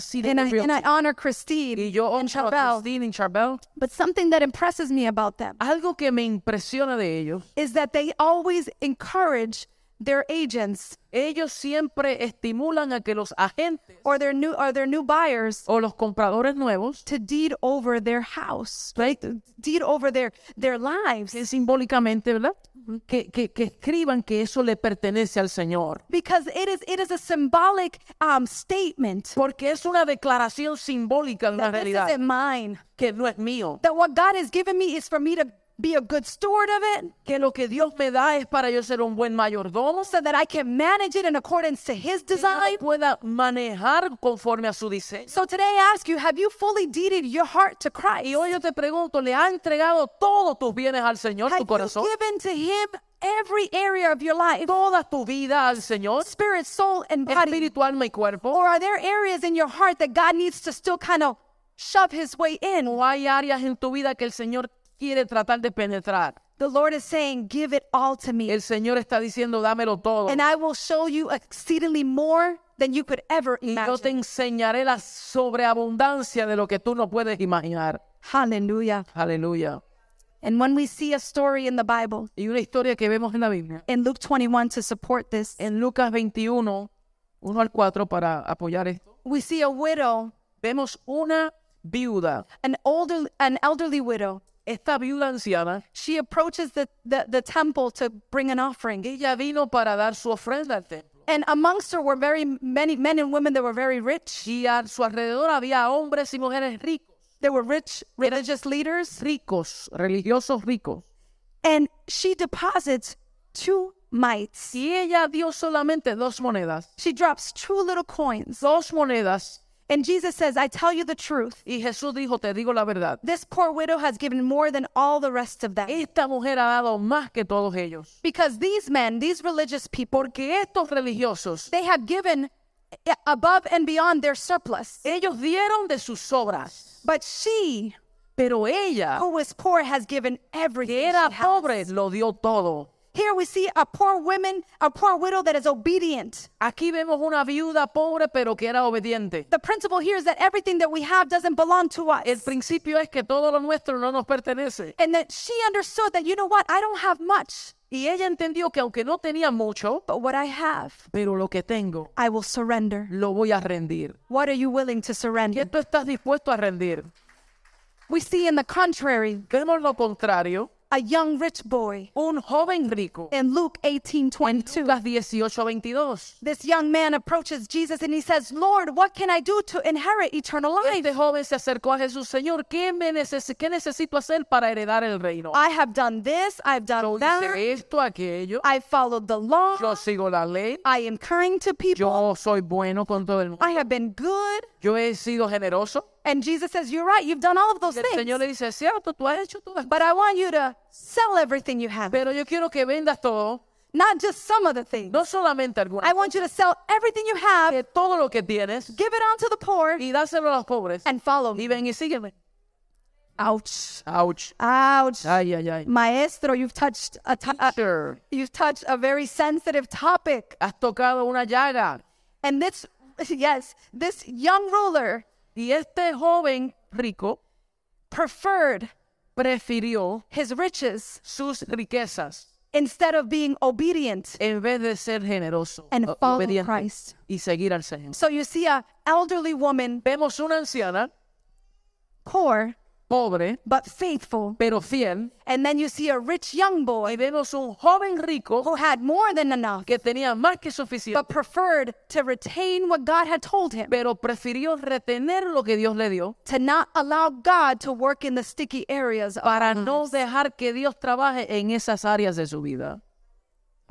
B: Cedarwood.
A: and I
B: Realty.
A: honor Christine
B: Y yo
A: and
B: honro a
A: Charbel.
B: Christine y Charbel.
A: But something that impresses me about them
B: Algo que me impresiona de ellos,
A: is that they always encourage their agents
B: ellos siempre estimulan a que los agentes
A: or their new or their new buyers
B: o los compradores nuevos
A: to deed over their house,
B: right,
A: deed over their their lives.
B: que simbólicamente, ¿verdad? Que, que, que escriban que eso le pertenece al Señor.
A: Because it is it is a symbolic um, statement
B: Porque es una declaración simbólica de una
A: that this
B: realidad
A: isn't mine.
B: que no es mío.
A: That what God has given me is for me to be a good steward of it,
B: Que lo que Dios me da es para yo ser un buen mayordomo.
A: so that I can manage it in accordance to His
B: Que yo
A: design.
B: lo pueda manejar conforme a su diseño.
A: So today I ask you, have you fully deeded your heart to Christ?
B: Y hoy yo te pregunto, ¿le has entregado todos tus bienes al Señor,
A: Have
B: tu
A: you
B: corazón?
A: given to Him every area of your life,
B: Toda tu vida al Señor,
A: spirit, soul, and body?
B: espíritu, alma y cuerpo.
A: Or are there areas in your heart that God needs to still kind of shove his way in?
B: ¿O hay áreas en tu vida que el Señor quiere tratar de penetrar?
A: The Lord is saying, Give it all to me,
B: El Señor está diciendo, dámelo todo.
A: and I will show you exceedingly more than you could ever
B: Y yo te
A: imagine.
B: enseñaré la sobreabundancia de lo que tú no puedes imaginar.
A: Hallelujah.
B: Aleluya.
A: And when we see a story in the Bible,
B: Y una historia que vemos en la Biblia,
A: in Luke 21 to support this,
B: en Lucas 21, 1 al 4, para apoyar esto,
A: we see a widow,
B: vemos una viuda.
A: an older, an elderly widow.
B: Esta viuda anciana,
A: She approaches the, the, the temple to bring an offering.
B: ella vino para dar su ofrenda al templo.
A: And amongst her were very many men and women that were very rich.
B: Y a su alrededor había hombres y mujeres ricos,
A: They were rich religious leaders.
B: ricos, religiosos ricos.
A: and she deposits two mites.
B: Si ella dio solamente dos monedas,
A: She drops two little coins.
B: dos monedas,
A: And Jesus says, I tell you the truth.
B: y Jesús dijo, te digo la verdad,
A: This poor widow has given more than all the rest of them.
B: esta mujer ha dado más que todos ellos.
A: Because these men, these religious people,
B: Porque estos religiosos,
A: they have given a- above and beyond their surplus.
B: ellos dieron de sus obras,
A: But she,
B: pero ella,
A: who was poor, has given
B: que
A: everything.
B: era
A: she had.
B: pobre, lo dio todo.
A: Here we see a poor woman, a poor widow that is obedient.
B: Aquí vemos una viuda pobre, pero que era obediente.
A: The principle here is that everything that we have doesn't belong to us.
B: El principio es que todo lo nuestro no nos pertenece.
A: and that she understood that you know what i don't have much
B: Y ella entendió que aunque no tenía mucho,
A: but what i have
B: pero lo que tengo
A: i will surrender
B: lo voy a rendir.
A: what are you willing to
B: ¿Qué
A: surrender
B: tú estás dispuesto a rendir?
A: we see in the contrary
B: Vemos lo contrario.
A: a young rich boy
B: Un joven rico,
A: in luke 18 22
B: Lucas 18 22.
A: this young man approaches jesus and he says lord what can i do to inherit eternal life
B: Este joven se acercó a Jesús, Señor, ¿qué, me neces- qué necesito hacer para heredar el reino?
A: i have done this i've done
B: Yo
A: that
B: hice esto, aquello,
A: i followed the law
B: yo sigo la ley,
A: i am kind to people
B: yo soy bueno con todo el mundo,
A: i have been good
B: yo he sido generoso.
A: and jesus says you're right you've done all of those
B: El
A: things
B: Señor le dice, "Es cierto, tú has hecho todas las cosas,
A: but i want you to sell everything you have
B: pero yo quiero que vendas todo,
A: not just some of the things
B: no solamente algunas,
A: I want you to sell everything you have,
B: que todo lo que tienes
A: give it on to the poor,
B: y dáselo a los pobres.
A: and follow me.
B: Y ven y sígueme.
A: Ouch.
B: Ouch.
A: Ouch.
B: Ay, ay, ay.
A: Maestro, you've touched a to- a-
B: Sure.
A: you've touched a very sensitive topic.
B: Has tocado una llaga.
A: And this yes, this young ruler
B: Y este joven rico
A: preferred
B: prefirió
A: his riches
B: sus riquezas
A: instead of being obedient
B: en vez de ser generoso
A: and
B: o-
A: follow
B: obediente,
A: Christ.
B: y seguir al Señor.
A: So you see a elderly woman,
B: Vemos una anciana
A: poor
B: pobre
A: but faithful,
B: pero fiel
A: and then you see a rich young
B: y
A: boy
B: vemos un joven rico
A: who had more than enough
B: que tenía más que suficiente
A: but preferred to retain what God had told him.
B: pero prefirió retener lo que Dios le dio
A: to not allow God to work in the sticky areas. of-
B: para no dejar que Dios trabaje en esas áreas de su vida.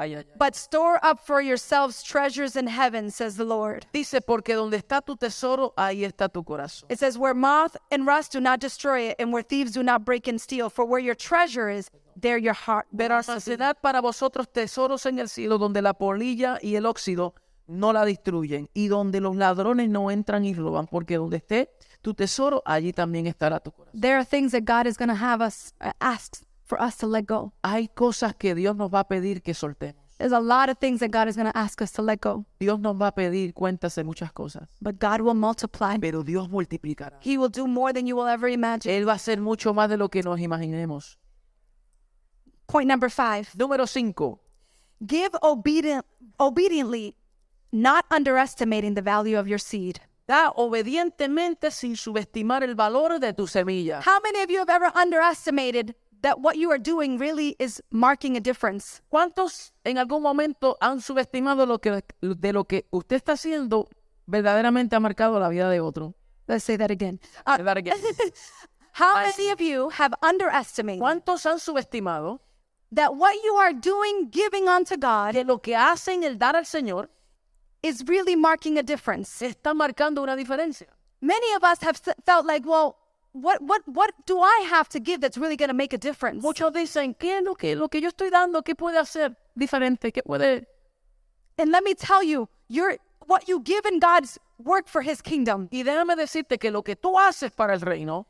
B: Ay, ay, ay.
A: but store up for yourselves treasures in heaven, says the Lord.
B: Dice, porque donde está tu tesoro, ahí está tu corazón.
A: It says, Where moth and rust do not destroy it, and where thieves do not break and steal. For where your treasure is, there your heart. will
B: Pero
A: also be."
B: almacenad para vosotros tesoros en el cielo, donde la polilla y el óxido no la destruyen, y donde los ladrones no entran y roban, porque donde esté tu tesoro, allí también estará tu corazón.
A: There are things that God is going to have us uh, ask for us to let go.
B: Hay cosas que Dios nos va a pedir que soltemos.
A: There's a lot of things that God is going to ask us to let go,
B: Dios nos va a pedir cuentas de muchas cosas,
A: but God will multiply.
B: pero Dios multiplicará.
A: He will do more than you will ever imagine.
B: Él va a hacer mucho más de lo que nos imaginemos.
A: Point number five
B: Número 5.
A: give obedient, obediently, not underestimating the value of your seed.
B: Da obedientemente sin subestimar el valor de tu semilla.
A: How many of you have ever underestimated that what you are doing really is marking a difference?
B: ¿Cuántos en algún momento han subestimado lo que, de lo que usted está haciendo verdaderamente ha marcado la vida de otro?
A: Let's say that again. Uh,
B: Say that again.
A: how many of you have underestimated
B: ¿Cuántos han subestimado
A: that what you are doing, giving unto God,
B: que lo que hacen el dar al Señor
A: is really marking a difference?
B: está marcando una diferencia?
A: Many of us have s- felt like, well, what, what, what do I have to give that's really going to make a difference?
B: Muchos dicen, ¿qué es lo que, lo que yo estoy dando? ¿Qué puede hacer diferente? ¿Qué puede?
A: And let me tell you, your what you give in God's work for his kingdom,
B: Y déjame decirte que lo que tú haces para el reino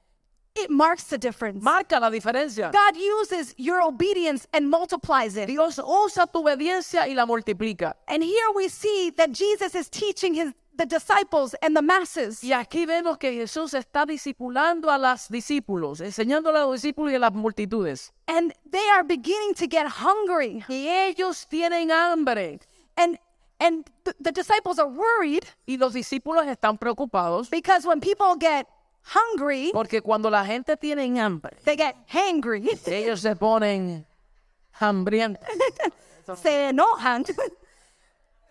A: it marks the difference.
B: marca la diferencia.
A: God uses your obedience and multiplies it.
B: Dios usa tu obediencia y la multiplica.
A: And here we see that Jesus is teaching his the disciples and the masses.
B: Y aquí vemos que Jesús está discipulando a los discípulos, enseñándole a los discípulos y a las multitudes.
A: And they are beginning to get hungry.
B: Y ellos tienen hambre.
A: And and th- the disciples are worried
B: Y los discípulos están preocupados
A: because when people get hungry,
B: porque cuando la gente tiene hambre,
A: they get hangry.
B: ellos se ponen hambrientos.
A: Se enojan.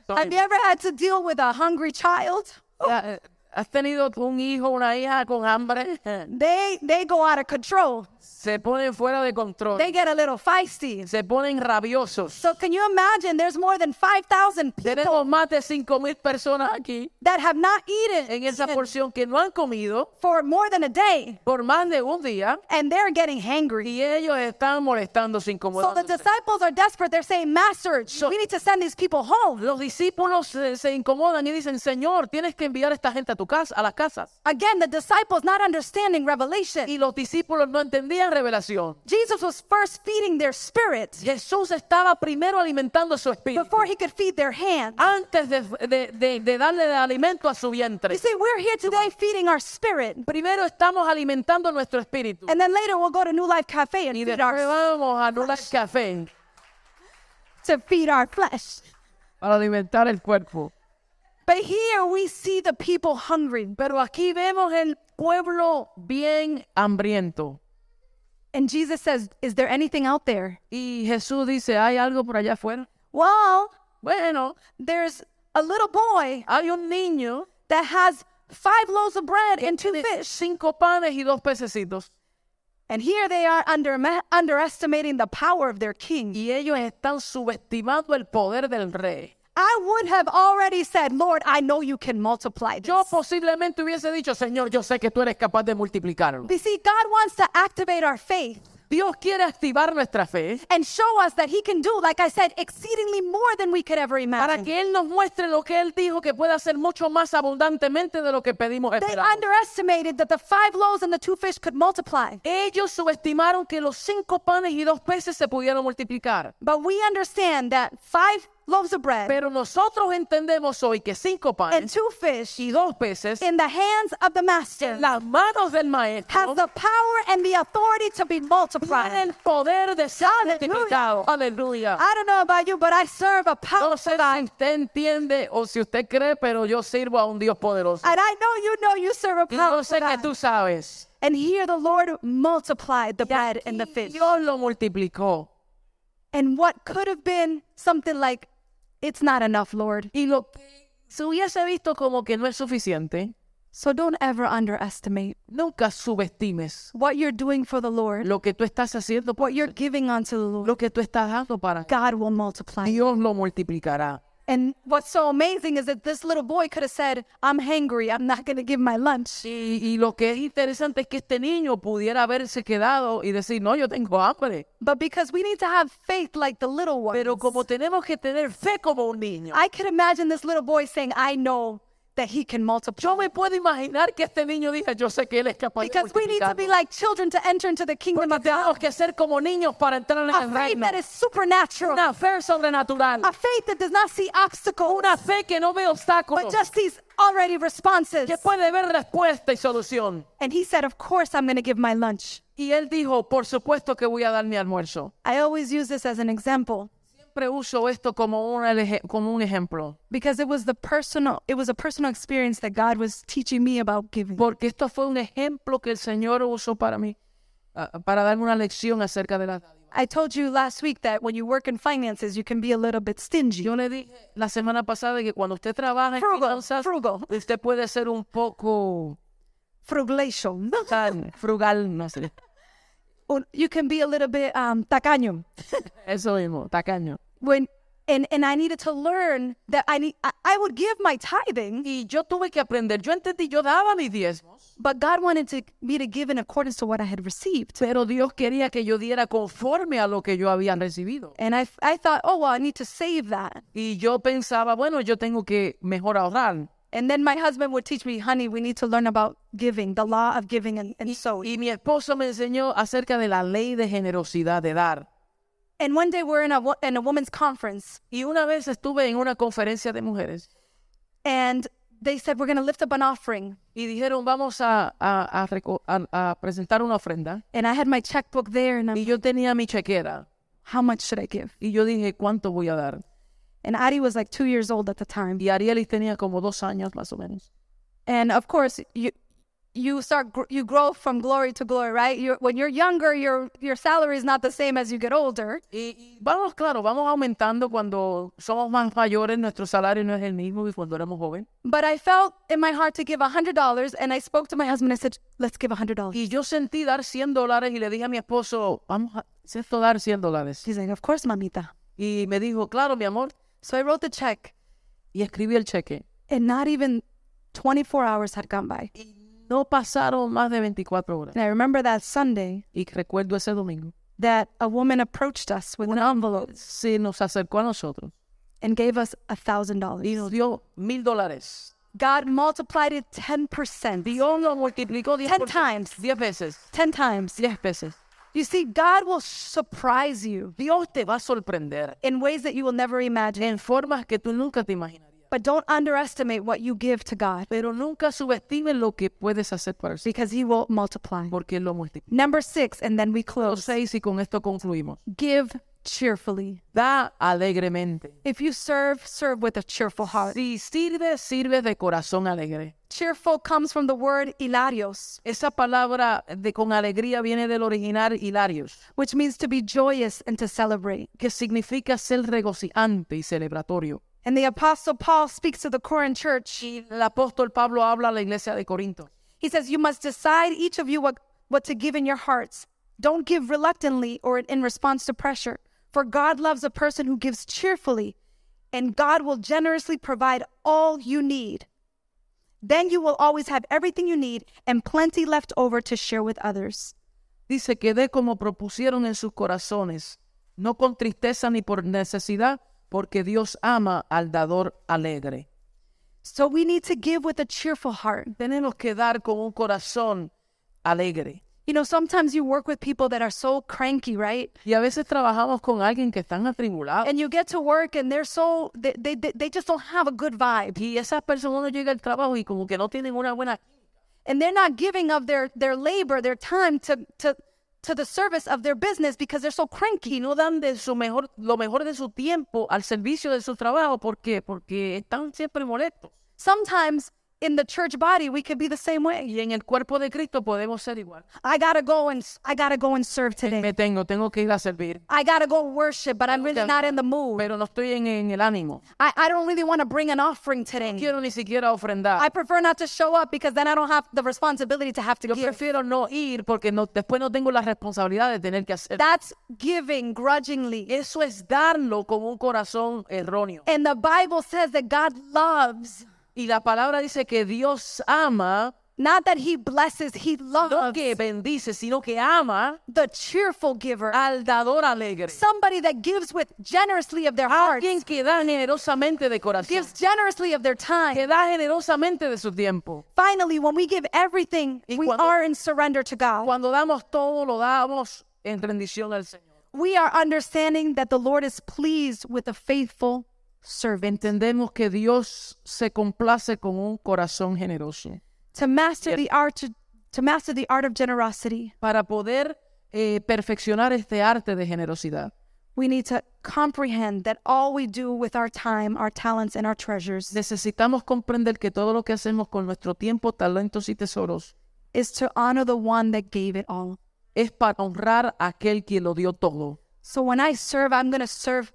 A: Have you ever had to deal with a hungry child?
B: Ya, eh, ¿Has tenido un hijo, una hija con hambre?
A: They they go out of control.
B: Se ponen fuera de control.
A: They get a little feisty.
B: Se ponen rabiosos.
A: So can you imagine there's more than 5,000 people
B: Tenemos más de 5.000 personas aquí
A: that have not eaten
B: en esa porción que no han comido
A: for more than a day
B: por más de un día
A: and they're getting hangry.
B: y ellos están molestando sin
A: So the
B: incomodar.
A: disciples are desperate. They're saying, Master, we need to send these people home.
B: Los discípulos eh, se, incomodan y dicen, Señor, tienes que enviar a esta gente a tu casa, a las casas.
A: Again, the disciples not understanding revelation.
B: Y los discípulos no entendían revelación.
A: Jesus was first feeding their spirit
B: Jesús estaba primero alimentando su espíritu
A: before he could feed their hand.
B: antes de, de- de- de darle de alimento a su vientre.
A: You see, we're here today feeding our spirit.
B: Primero estamos alimentando nuestro espíritu
A: And then later we'll go to New Life Cafe and
B: y
A: feed
B: después
A: our,
B: vamos a Nula Café
A: to feed our flesh.
B: para alimentar el cuerpo.
A: But here we see the people hungry.
B: Pero aquí vemos el pueblo bien hambriento.
A: And Jesus says, Is there anything out there?
B: Y Jesús dice, ¿hay algo por allá afuera?
A: Well,
B: Bueno,
A: there's a little boy
B: hay un niño
A: that has five loaves of bread and two
B: de
A: fish.
B: cinco panes y dos pececitos.
A: And here they are under, underestimating the power of their king.
B: Y ellos están subestimando el poder del rey.
A: I would have already said, Lord, I know you can multiply this.
B: Yo posiblemente hubiese dicho, Señor, yo sé que tú eres capaz de multiplicarlo.
A: You see, God wants to activate our faith
B: Dios quiere activar nuestra fe
A: and show us that He can do, like I said, exceedingly more than we could ever
B: para
A: imagine.
B: que Él nos muestre lo que Él dijo que puede hacer mucho más abundantemente de lo que pedimos.
A: They
B: esperamos.
A: underestimated that the five loaves and the two fish could multiply.
B: Ellos subestimaron que los cinco panes y dos peces se pudieron multiplicar.
A: But we understand that five loaves of bread
B: Pero nosotros entendemos hoy que cinco
A: and
B: panes
A: two fish
B: y dos peces
A: in the hands of the master
B: en las manos del
A: has
B: maestro
A: the power and the authority to be
B: tiene
A: multiplied.
B: el poder de ser
A: Aleluya.
B: multiplicado. Aleluya.
A: I don't know about you, but I serve a power.
B: No sé si usted entiende o si usted cree, pero yo sirvo a un Dios poderoso.
A: And I know you know you serve a
B: Y Yo
A: power.
B: sé que tú sabes.
A: And here the Lord multiplied the bread and the
B: Y
A: fish.
B: Dios lo multiplicó.
A: And what could have been something like, it's not enough, Lord,
B: Y lo que se hubiese visto como que no es suficiente,
A: So don't ever underestimate
B: Nunca subestimes
A: what you're doing for the Lord,
B: lo que tú estás haciendo,
A: what
B: por
A: you're giving unto the Lord.
B: lo que tú estás dando para
A: God will multiply.
B: Dios lo multiplicará.
A: And what's so amazing is that this little boy could have said, I'm hangry, I'm not going to give my lunch.
B: Sí, y lo que es interesante es que este niño pudiera haberse quedado y decir, no, yo tengo hambre.
A: But because we need to have faith like the little one,
B: Pero como tenemos que tener fe como un niño,
A: I could imagine this little boy saying, I know that he can multiply.
B: yo me puedo imaginar que este niño diga, yo sé que él es capaz de
A: Because we need to
B: multiplicar.
A: be like children to enter into the kingdom
B: Porque
A: of God.
B: tenemos que ser como niños para entrar en
A: A
B: el
A: faith
B: reino.
A: that is supernatural.
B: Una fe sobrenatural.
A: A faith that does not see obstacles,
B: Una fe que no ve
A: but
B: obstáculos,
A: just sees already responses.
B: que puede ver respuesta y solución.
A: And he said, Of course, I'm going to give my lunch.
B: Y él dijo, por supuesto que voy a dar mi almuerzo.
A: I always use this as an example
B: Siempre uso esto como un, eleje- como un ejemplo,
A: because it was the personal it was a personal experience that God was teaching me about giving.
B: porque esto fue un ejemplo que el Señor usó para mí, ah, para darme una lección acerca de la
A: I told you last week that when you work in finances, you can be a little bit stingy.
B: Yo le dije la semana pasada que cuando usted trabaja en
A: Frugal,
B: finanzas,
A: frugal,
B: usted puede ser un poco
A: frugalation.
B: tan frugal, no sé.
A: Or You can be a little bit um, tacaño.
B: Eso mismo, tacaño.
A: When and and I needed to learn that I need I, I would give my tithing,
B: Y yo tuve que aprender, yo entendí, yo daba mis diezmos,
A: but God wanted to, me to give in accordance to what I had received.
B: pero Dios quería que yo diera conforme a lo que yo había recibido.
A: And I I thought, oh well, I need to save that.
B: Y yo pensaba, bueno, yo tengo que mejor ahorrar.
A: And then my husband would teach me, honey, we need to learn about giving, the law of giving and, and sowing.
B: Y mi esposo me enseñó acerca de la ley de generosidad de dar.
A: And one day we're in a, wo- in a women's conference,
B: Y una vez estuve en una conferencia de mujeres
A: and they said, we're going to lift up an offering.
B: y dijeron, vamos a, a- a reco- a- a presentar una ofrenda.
A: And I had my checkbook there, and I'm,
B: Y yo tenía mi chequera.
A: how much should I give?
B: Y yo dije, ¿cuánto voy a dar?
A: And Adi was like two years old at the time.
B: Y Arielis tenía como dos años más o menos.
A: And of course, you you start gr- you grow from glory to glory, right? You're, when you're younger, your your salary is not the same as you get older.
B: Y, y vamos, claro, vamos aumentando cuando somos más mayores, nuestro salario no es el mismo que cuando éramos jóvenes.
A: But I felt in my heart to give $100, and I spoke to my husband. I said, let's give $100.
B: Y yo sentí dar 100 dólares y le dije a mi esposo, vamos a esto dar 100 dólares.
A: She's like, of course, mamita.
B: Y me dijo, claro, mi amor.
A: So I wrote the check,
B: Y escribí el cheque.
A: and not even 24 hours had gone by.
B: Y no pasaron más de 24 horas.
A: And I remember that Sunday
B: Y recuerdo ese domingo.
A: that a woman approached us with an envelope
B: Se nos acercó a nosotros
A: and gave us
B: y
A: $1,000.
B: nos dio mil dólares.
A: God multiplied it 10%.
B: Dios lo multiplicó 10
A: 10 times.
B: 10 veces.
A: 10 times.
B: 10 veces.
A: You see, God will surprise you
B: Dios te va a sorprender
A: in ways that you will never imagine.
B: en formas que tú nunca te imaginarías.
A: But don't underestimate what you give to God
B: Pero nunca subestimes lo que puedes hacer para el Señor,
A: because He will multiply.
B: porque Él lo multiplica.
A: Number six, and then we close.
B: Seis, y con esto concluimos.
A: Give cheerfully.
B: Da alegremente.
A: If you serve, serve with a cheerful heart.
B: Si sirves, sirves de corazón alegre.
A: Cheerful comes from the word hilarios,
B: Esa palabra de con alegría viene del original hilarios,
A: which means to be joyous and to celebrate.
B: que significa ser regocijante y celebratorio.
A: And the apostle Paul speaks to the Corinth church.
B: Y el apóstol Pablo habla a la iglesia de Corinto.
A: He says, You must decide each of you what, what to give in your hearts. Don't give reluctantly or in response to pressure, for God loves a person who gives cheerfully, and God will generously provide all you need. Then you will always have everything you need and plenty left over to share with others.
B: Dice que dé como propusieron en sus corazones, no con tristeza ni por necesidad, porque Dios ama al dador alegre.
A: So we need to give with a cheerful heart.
B: Tenemos que dar con un corazón alegre.
A: You know, sometimes you work with people that are so cranky, right?
B: Y a veces trabajamos con alguien que están atribulados.
A: And you get to work and they're so, they, they, they they just don't have a good vibe.
B: Y esas personas no llegan al trabajo y como que no tienen una buena...
A: And they're not giving of their, their labor, their time to, to, to the service of their business because they're so
B: Y
A: cranky.
B: no dan de su mejor, lo mejor de su tiempo al servicio de su trabajo. ¿Por qué? Porque están siempre molestos.
A: Sometimes in the church body, we could be the same way.
B: Y en el cuerpo de Cristo podemos ser igual.
A: I gotta go and I gotta go and serve today.
B: Me tengo, tengo que ir a servir,
A: I gotta go worship, but I'm really not in the mood.
B: pero no estoy en, en el ánimo.
A: I, I don't really want to bring an offering today.
B: Quiero ni siquiera ofrendar.
A: I prefer not to show up because then I don't have the responsibility to have to
B: Yo
A: give.
B: prefiero no ir porque no, después no tengo la responsabilidad de tener que hacer.
A: That's giving grudgingly.
B: Eso es darlo con un corazón erróneo.
A: And the Bible says that God loves,
B: Y la palabra dice que Dios ama,
A: not that He blesses, He
B: no
A: loves
B: que bendice, sino que ama
A: the cheerful giver,
B: al dador alegre.
A: somebody that gives with generously of their heart,
B: Alguien que da generosamente de corazón,
A: gives generously of their time.
B: que da generosamente de su tiempo.
A: Finally, when we give everything,
B: Y
A: we
B: cuando-
A: are in surrender to God.
B: Cuando damos todo, lo damos en rendición al Señor.
A: We are understanding that the Lord is pleased with a faithful servant.
B: Entendemos que Dios se complace con un corazón generoso.
A: To master the art to, to master the art of generosity,
B: Para poder eh, perfeccionar este arte de generosidad,
A: we need to comprehend that all we do with our time, our talents, and our treasures
B: necesitamos comprender que todo lo que hacemos con nuestro tiempo, talentos y tesoros
A: is to honor the one that gave it all.
B: es para honrar a aquel quien lo dio todo.
A: So when I serve, I'm going to serve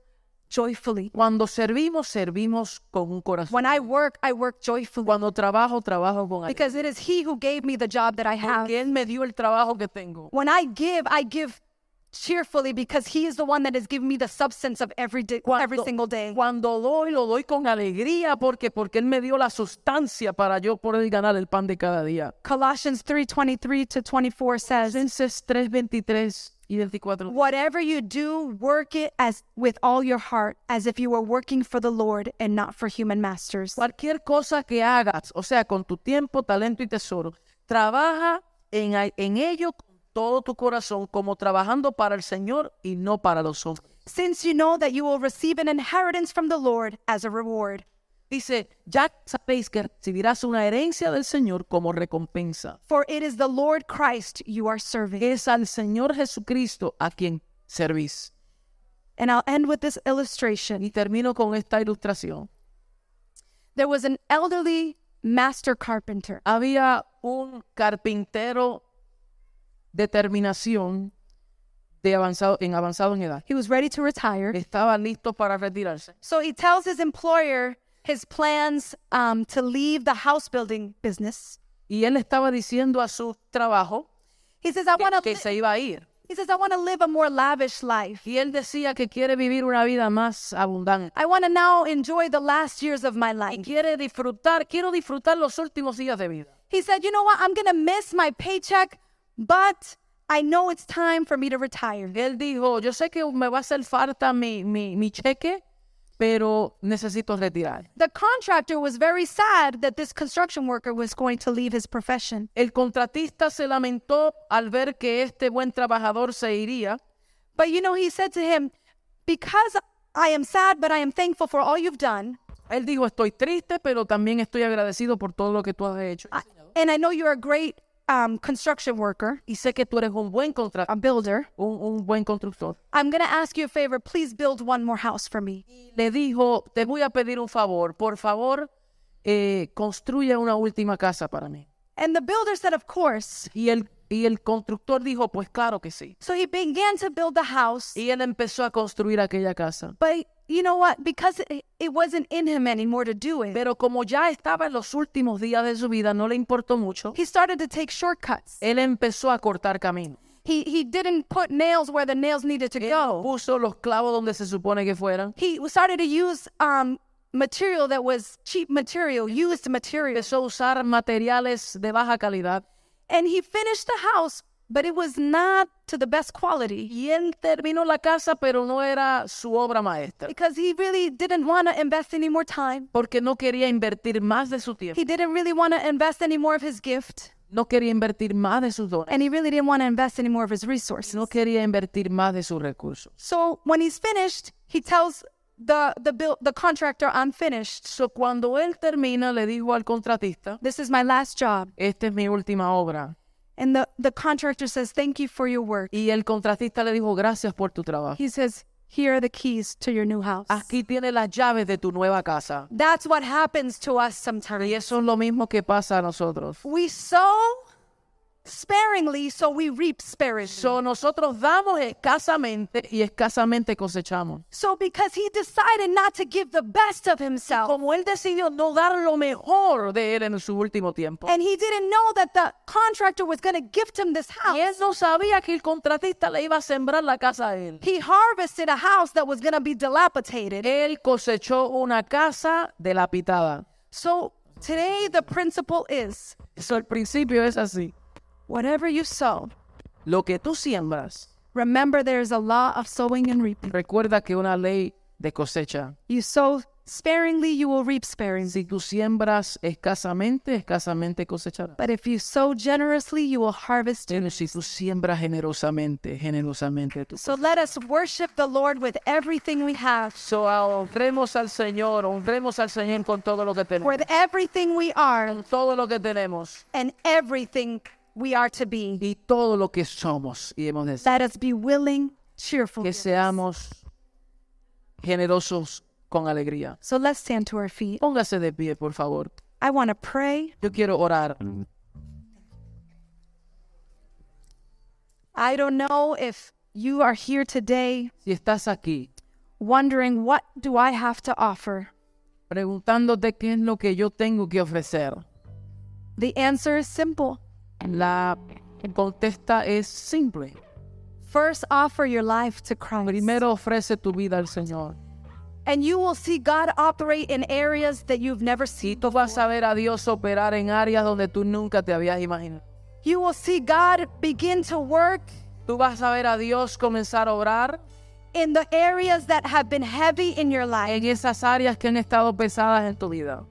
A: joyfully.
B: Cuando servimos, servimos con un corazón.
A: When I work, I work joyfully
B: Cuando trabajo, trabajo con alguien.
A: because it is He who gave me the job that I have.
B: Porque Él me dio el trabajo que tengo.
A: When I give, I give cheerfully because He is the one that has given me the substance of every day, every
B: Cuando-
A: single day.
B: Cuando doy, lo doy con alegría porque, porque Él me dio la sustancia para yo poder ganar el pan de cada día.
A: Colossians 3:23 to 24 says,
B: Colosenses 3, 23 y 24.
A: "Whatever you do, work it as with all your heart, as if you were working for the Lord and not for human masters."
B: Cualquier cosa que hagas, o sea, con tu tiempo, talento y tesoro, trabaja en, a- en ello con todo tu corazón, como trabajando para el Señor y no para los hombres.
A: Since you know that you will receive an inheritance from the Lord as a reward.
B: Dice, ya sabéis que recibirás una herencia del Señor como recompensa.
A: For it is the Lord Christ you are serving.
B: Es al Señor Jesucristo a quien servís.
A: And I'll end with this illustration.
B: Y termino con esta ilustración.
A: There was an elderly master carpenter
B: Había un carpintero de terminación de avanzado, en avanzado en edad.
A: He was ready to retire.
B: Estaba listo para retirarse.
A: So he tells his employer his plans um, to leave the house building business.
B: Y él estaba diciendo a su trabajo
A: He says, I
B: que,
A: want to
B: que se iba a ir.
A: he says, I want to live a more lavish life.
B: Y él decía que quiere vivir una vida más abundante.
A: I want to now enjoy the last years of my
B: Y
A: life.
B: quiere disfrutar, quiero disfrutar los últimos días de vida.
A: He said, You know what? I'm going to miss my paycheck, but I know it's time for me to retire.
B: Él dijo, yo sé que me va a hacer falta mi, mi, mi cheque, pero necesito retirar.
A: The contractor was very sad that this construction worker was going to leave his profession.
B: El contratista se lamentó al ver que este buen trabajador se iría,
A: But you know, he said to him, Because I am sad, but I am thankful for all you've done.
B: Él dijo, estoy triste, pero también estoy agradecido por todo lo que tú has hecho.
A: I- and I know you're a great um, construction worker,
B: Y sé que tú eres un buen contra-
A: a builder.
B: un, un buen constructor.
A: I'm going to ask you a favor. Please build one more house for me.
B: Y le dijo, te voy a pedir un favor, por favor, eh, construye una última casa para mí.
A: And the builder said, Of course.
B: Y el, y el constructor dijo, pues claro que sí.
A: So he began to build the house.
B: Y él empezó a construir aquella casa.
A: But you know what? Because it, it wasn't in him anymore to do it,
B: Pero como ya estaba en los últimos días de su vida, no le importó mucho,
A: he started to take shortcuts.
B: él empezó a cortar camino.
A: He, he didn't put nails where the nails needed to
B: Él
A: go.
B: puso los clavos donde se supone que fueran.
A: He started to use um, material that was cheap material, used material.
B: Empezó a usar materiales de baja calidad.
A: And he finished the house, but it was not to the best quality.
B: Y él terminó la casa, pero no era su obra maestra,
A: because he really didn't want to invest any more time.
B: porque no quería invertir más de su tiempo,
A: He didn't really want to invest any more of his gift,
B: no quería invertir más de sus dones,
A: and he really didn't want to invest any more of his resources.
B: no quería invertir más de sus recursos.
A: So when he's finished, he tells the the bill the contractor, "I'm finished.
B: So, cuando él termina, le dijo al contratista,
A: This is my last job."
B: esta es mi última obra.
A: And the the contractor says, "Thank you for your work."
B: Y el contratista le dijo, gracias por tu trabajo.
A: He says, Here are the keys to your new house.
B: Aquí tiene las llaves de tu nueva casa.
A: That's what happens to us
B: Y
A: sometimes.
B: eso es lo mismo que pasa a nosotros.
A: We sow sparingly, so we reap sparingly. So,
B: So, nosotros damos escasamente y escasamente cosechamos.
A: because he decided not to give the best of himself,
B: Como él decidió no dar lo mejor de él en su último tiempo.
A: and he didn't know that the contractor was going to gift him this
B: Y
A: house,
B: él no sabía que el contratista le iba a sembrar la casa a él.
A: he harvested a house that was going to be dilapidated.
B: Él cosechó una casa dilapidada.
A: So today, the principle is
B: Eso al principio es así.
A: whatever you sow,
B: Lo que tú siembras,
A: remember there is a law of sowing and reaping.
B: recuerda que una ley de cosecha.
A: You sow sparingly, you will reap sparingly.
B: Si tú siembras escasamente, escasamente cosecharás.
A: But if you sow generously, you will harvest
B: Pero si tú siembras generosamente, generosamente tú.
A: So let us worship the Lord with everything we have,
B: So, ah, honremos al Señor, honremos al Señor con todo lo que tenemos.
A: with everything we are,
B: Todo lo que tenemos
A: and everything we are to be.
B: y todo lo que somos. Y hemos de ser.
A: Let us be willing, cheerful.
B: que
A: givers.
B: seamos generosos con alegría.
A: So let's stand to our feet.
B: Póngase de pie, por favor.
A: I want to pray.
B: Yo quiero orar.
A: I don't know if you are here today
B: Si estás aquí
A: wondering, what do I have to offer?
B: preguntándote qué es lo que yo tengo que ofrecer,
A: The answer is simple.
B: la contesta es simple.
A: First, offer your life to Christ.
B: Primero ofrece tu vida al Señor.
A: And you will see God operate in areas that you've never
B: Y
A: seen.
B: tú vas a ver a Dios operar en áreas donde tú nunca te habías imaginado.
A: You will see God begin to work
B: Tú vas a ver a Dios comenzar a orar
A: in the areas that have been heavy in your life,
B: en esas áreas que han estado pesadas en tu vida.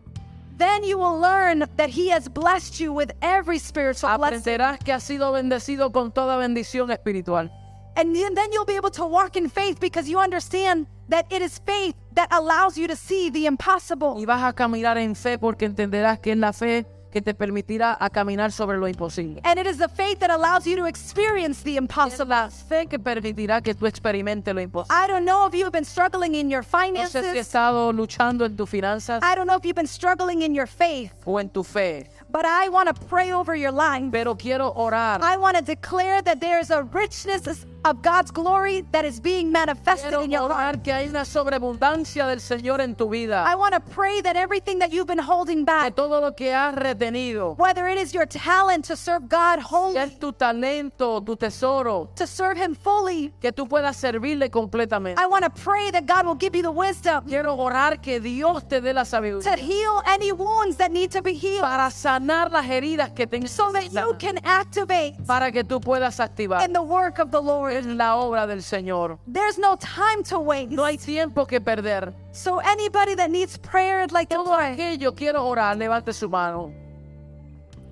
A: then you will learn that He has blessed you with every spiritual blessing.
B: Aprenderás que has sido bendecido con toda bendición espiritual.
A: And then then you'll be able to walk in faith because you understand that it is faith that allows you to see the impossible.
B: Y vas a caminar en fe porque entenderás que es la fe que te permitirá a caminar sobre lo imposible.
A: And it is the faith that allows you to experience the
B: Es
A: impossible.
B: la fe que permitirá que tú experimentes lo imposible.
A: I don't know if you have been struggling in your
B: No sé si has
A: finances.
B: estado luchando en tus finanzas
A: I don't know if you've been struggling in your faith,
B: o en tu fe,
A: but I want to pray over your life.
B: pero quiero orar.
A: I want to declare that there is a richness of God's glory that is being manifested
B: Quiero
A: in your life.
B: orar que hay una sobreabundancia del Señor en tu vida.
A: I want to pray that everything that you've been holding
B: De
A: back,
B: todo lo que has retenido,
A: whether it is your talent to serve God
B: que
A: wholly,
B: es tu talento, tu tesoro,
A: to serve Him fully,
B: que tú puedas servirle completamente.
A: I want to pray that God will give you the wisdom
B: Quiero orar que Dios te dé la sabiduría
A: to heal any wounds that need to be healed
B: para sanar las heridas que tengas.
A: so that you can activate
B: para que tú puedas activar
A: in the work of the Lord.
B: es la obra del Señor.
A: There's no time to wait.
B: No hay tiempo que perder.
A: So, anybody that needs prayer, I'd like to
B: Todo
A: pray,
B: aquello quiero orar, levante su mano.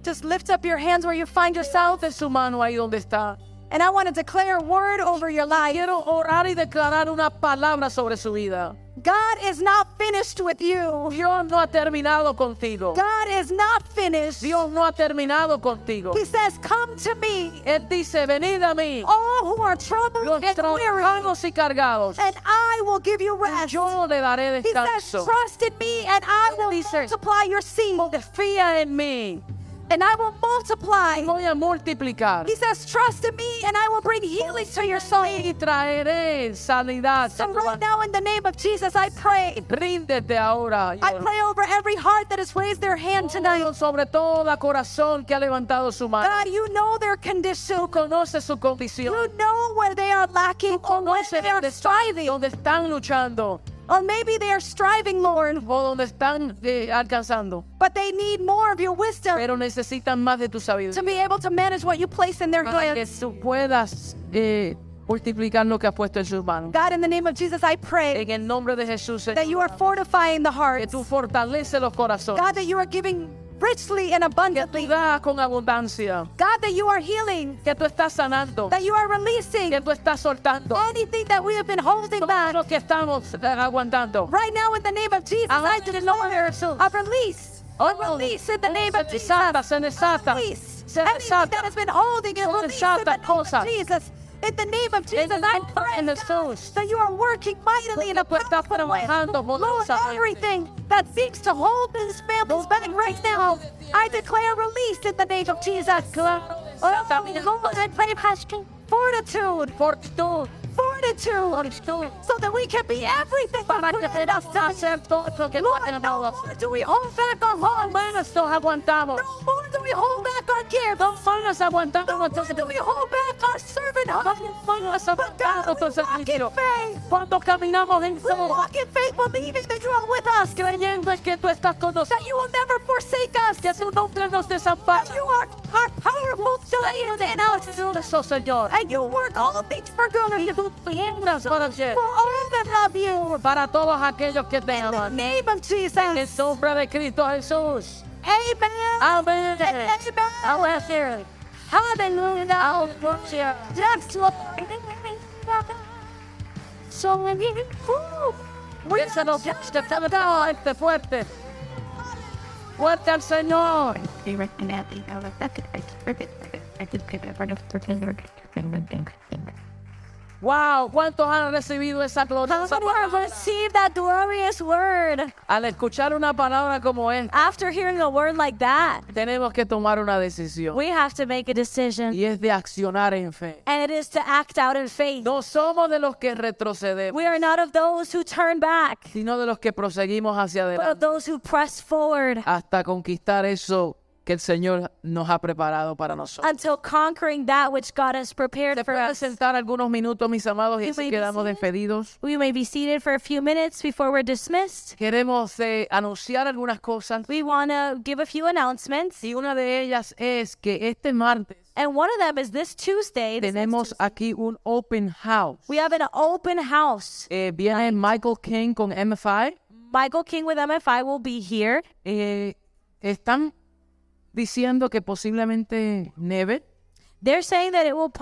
A: just lift up your hands where you find yourself.
B: Levante su mano ahí donde está.
A: And I want to declare a word over your life.
B: Quiero orar y declarar una palabra sobre su vida.
A: God is not finished with you,
B: Dios no ha terminado contigo.
A: God is not finished.
B: Dios no ha terminado contigo.
A: He says, Come to me,
B: Él dice, venid a mí,
A: all who are troubled
B: los
A: and Oh, weary,
B: trabajados y cargados.
A: and I will give you rest.
B: Yo le daré
A: He says,
B: descanso.
A: Trust in me, and I will
B: Dice,
A: multiply your seed,
B: Confía en mí.
A: and I will multiply.
B: Voy a multiplicar.
A: He says, Trust in me, and I will bring healing to your soul.
B: Y traeré sanidad. a
A: So,
B: tu
A: right now, in the name of Jesus, I pray.
B: Ríndete ahora. y
A: I pray over every heart that has raised their hand tonight.
B: oro Sobre todo corazón que ha levantado su mano.
A: God, you know their condition.
B: Conoce su condición.
A: You know where they are lacking, or where
B: Conoce
A: they
B: dónde
A: are
B: están,
A: striving,
B: dónde están luchando
A: or maybe they are striving, Lord.
B: o dónde están eh, alcanzando.
A: But they need more of your wisdom
B: Pero necesitan más de tu
A: to
B: sabiduría.
A: be able to manage what you place in their
B: Para que
A: hands.
B: tú puedas eh, multiplicar lo que has puesto en sus manos.
A: God, in the name of Jesus, I pray
B: En el nombre de Jesús, Señor,
A: that you are fortifying the
B: que
A: hearts.
B: tú fortaleces los corazones.
A: God, that you are giving richly and
B: Que tú
A: abundantly.
B: das con abundancia.
A: God, that you are healing,
B: Que tú estás sanando.
A: that you Oh, are releasing
B: Que tú estás soltando.
A: anything that we have been holding
B: Todo
A: back.
B: lo que estamos eh, aguantando.
A: Right now, in the name of Jesus, I declare a release. A Oh, release in the name of
B: Oh, se
A: Jesus.
B: desata, se desata,
A: Release.
B: se
A: Anything
B: desata.
A: that has been holding it, release in the name of Jesus. In the name of
C: En
A: Jesus,
C: el
A: I
C: nombre de
A: pray
C: Jesús.
A: that you are working mightily in a
C: Tú estás
A: powerful way.
C: trabajando
A: Lord,
C: poderosamente.
A: everything that seeks to hold these families back right now, I declare release in the name of Jesus. Oh, Lord, I pray, Pastor, fortitude,
C: Fortitud,
A: fortitude,
C: fortitud.
A: so that we can be everything that
C: Para que
A: you created us
C: puedas
A: to
C: hacer todo lo que
A: be.
C: tú
A: Lord,
C: has
A: no
C: ganado
A: more do we hold back our
C: No
A: hearts.
C: menos nos aguantamos.
A: No more do we hold back our gifts.
C: No menos aguantamos
A: No more
C: nuestros
A: do we hold back our servant hearts.
C: No menos
A: But
C: aguantamos
A: God, we
C: nuestro
A: walk in
C: servicio.
A: faith.
C: Cuando caminamos en
A: We
C: fe,
A: walk in faith, believing that you are with us,
C: creyendo es que tú estás con
A: that
C: nosotros,
A: you will never forsake us,
C: que tú nunca nos
A: that
C: desamparas.
A: you are our powerful giant in us,
C: Eso, Señor.
A: and you work all things for good
C: Y tú tiendas para hacer
A: for all that love you.
C: para todos aquellos que te
A: In the
C: aman.
A: name
C: En
A: of
C: el
A: Jesus,
C: nombre de Cristo Jesús.
A: amen.
C: Amén.
A: Amen.
C: Ahora sí.
A: Hallelujah.
C: Ahora sí.
A: Yes, Lord. So many Ooh. We
C: Que se nos
A: just
C: guste cantar este fuerte. Fuerte al Señor.
D: they recognize the other second. I just forget. I just get that part of the thing.
C: Wow, ¿cuántos han recibido esa gloriosa
A: Lord,
C: palabra?
A: receive that glorious word.
C: Al escuchar una palabra como esta,
A: After hearing a word like that,
C: tenemos que tomar una decisión
A: we have to make a decision,
C: y es de accionar en fe.
A: and it is to act out in faith.
C: No somos de los que retrocedemos,
A: We are not of those who turn back,
C: sino de los que proseguimos hacia
A: but of
C: adelante
A: those who press forward
B: hasta conquistar eso que el Señor nos ha preparado para nosotros.
A: until conquering that which God has prepared
B: Se
A: for
B: pueden
A: us.
B: sentar algunos minutos, mis amados, y
A: Can
B: así
A: we
B: quedamos
A: be seated?
B: despedidos.
A: We may be seated for a few minutes before we're dismissed.
B: Queremos eh, anunciar algunas cosas
A: We want to give a few announcements,
B: y una de ellas es que este martes
A: and one of them is this Tuesday. this next
B: tenemos aquí un open house.
A: We have an open house.
B: Eh, viene Michael King con MFI.
A: Michael King with MFI will be here.
B: Eh, están diciendo que posiblemente neve.
A: They're saying that it will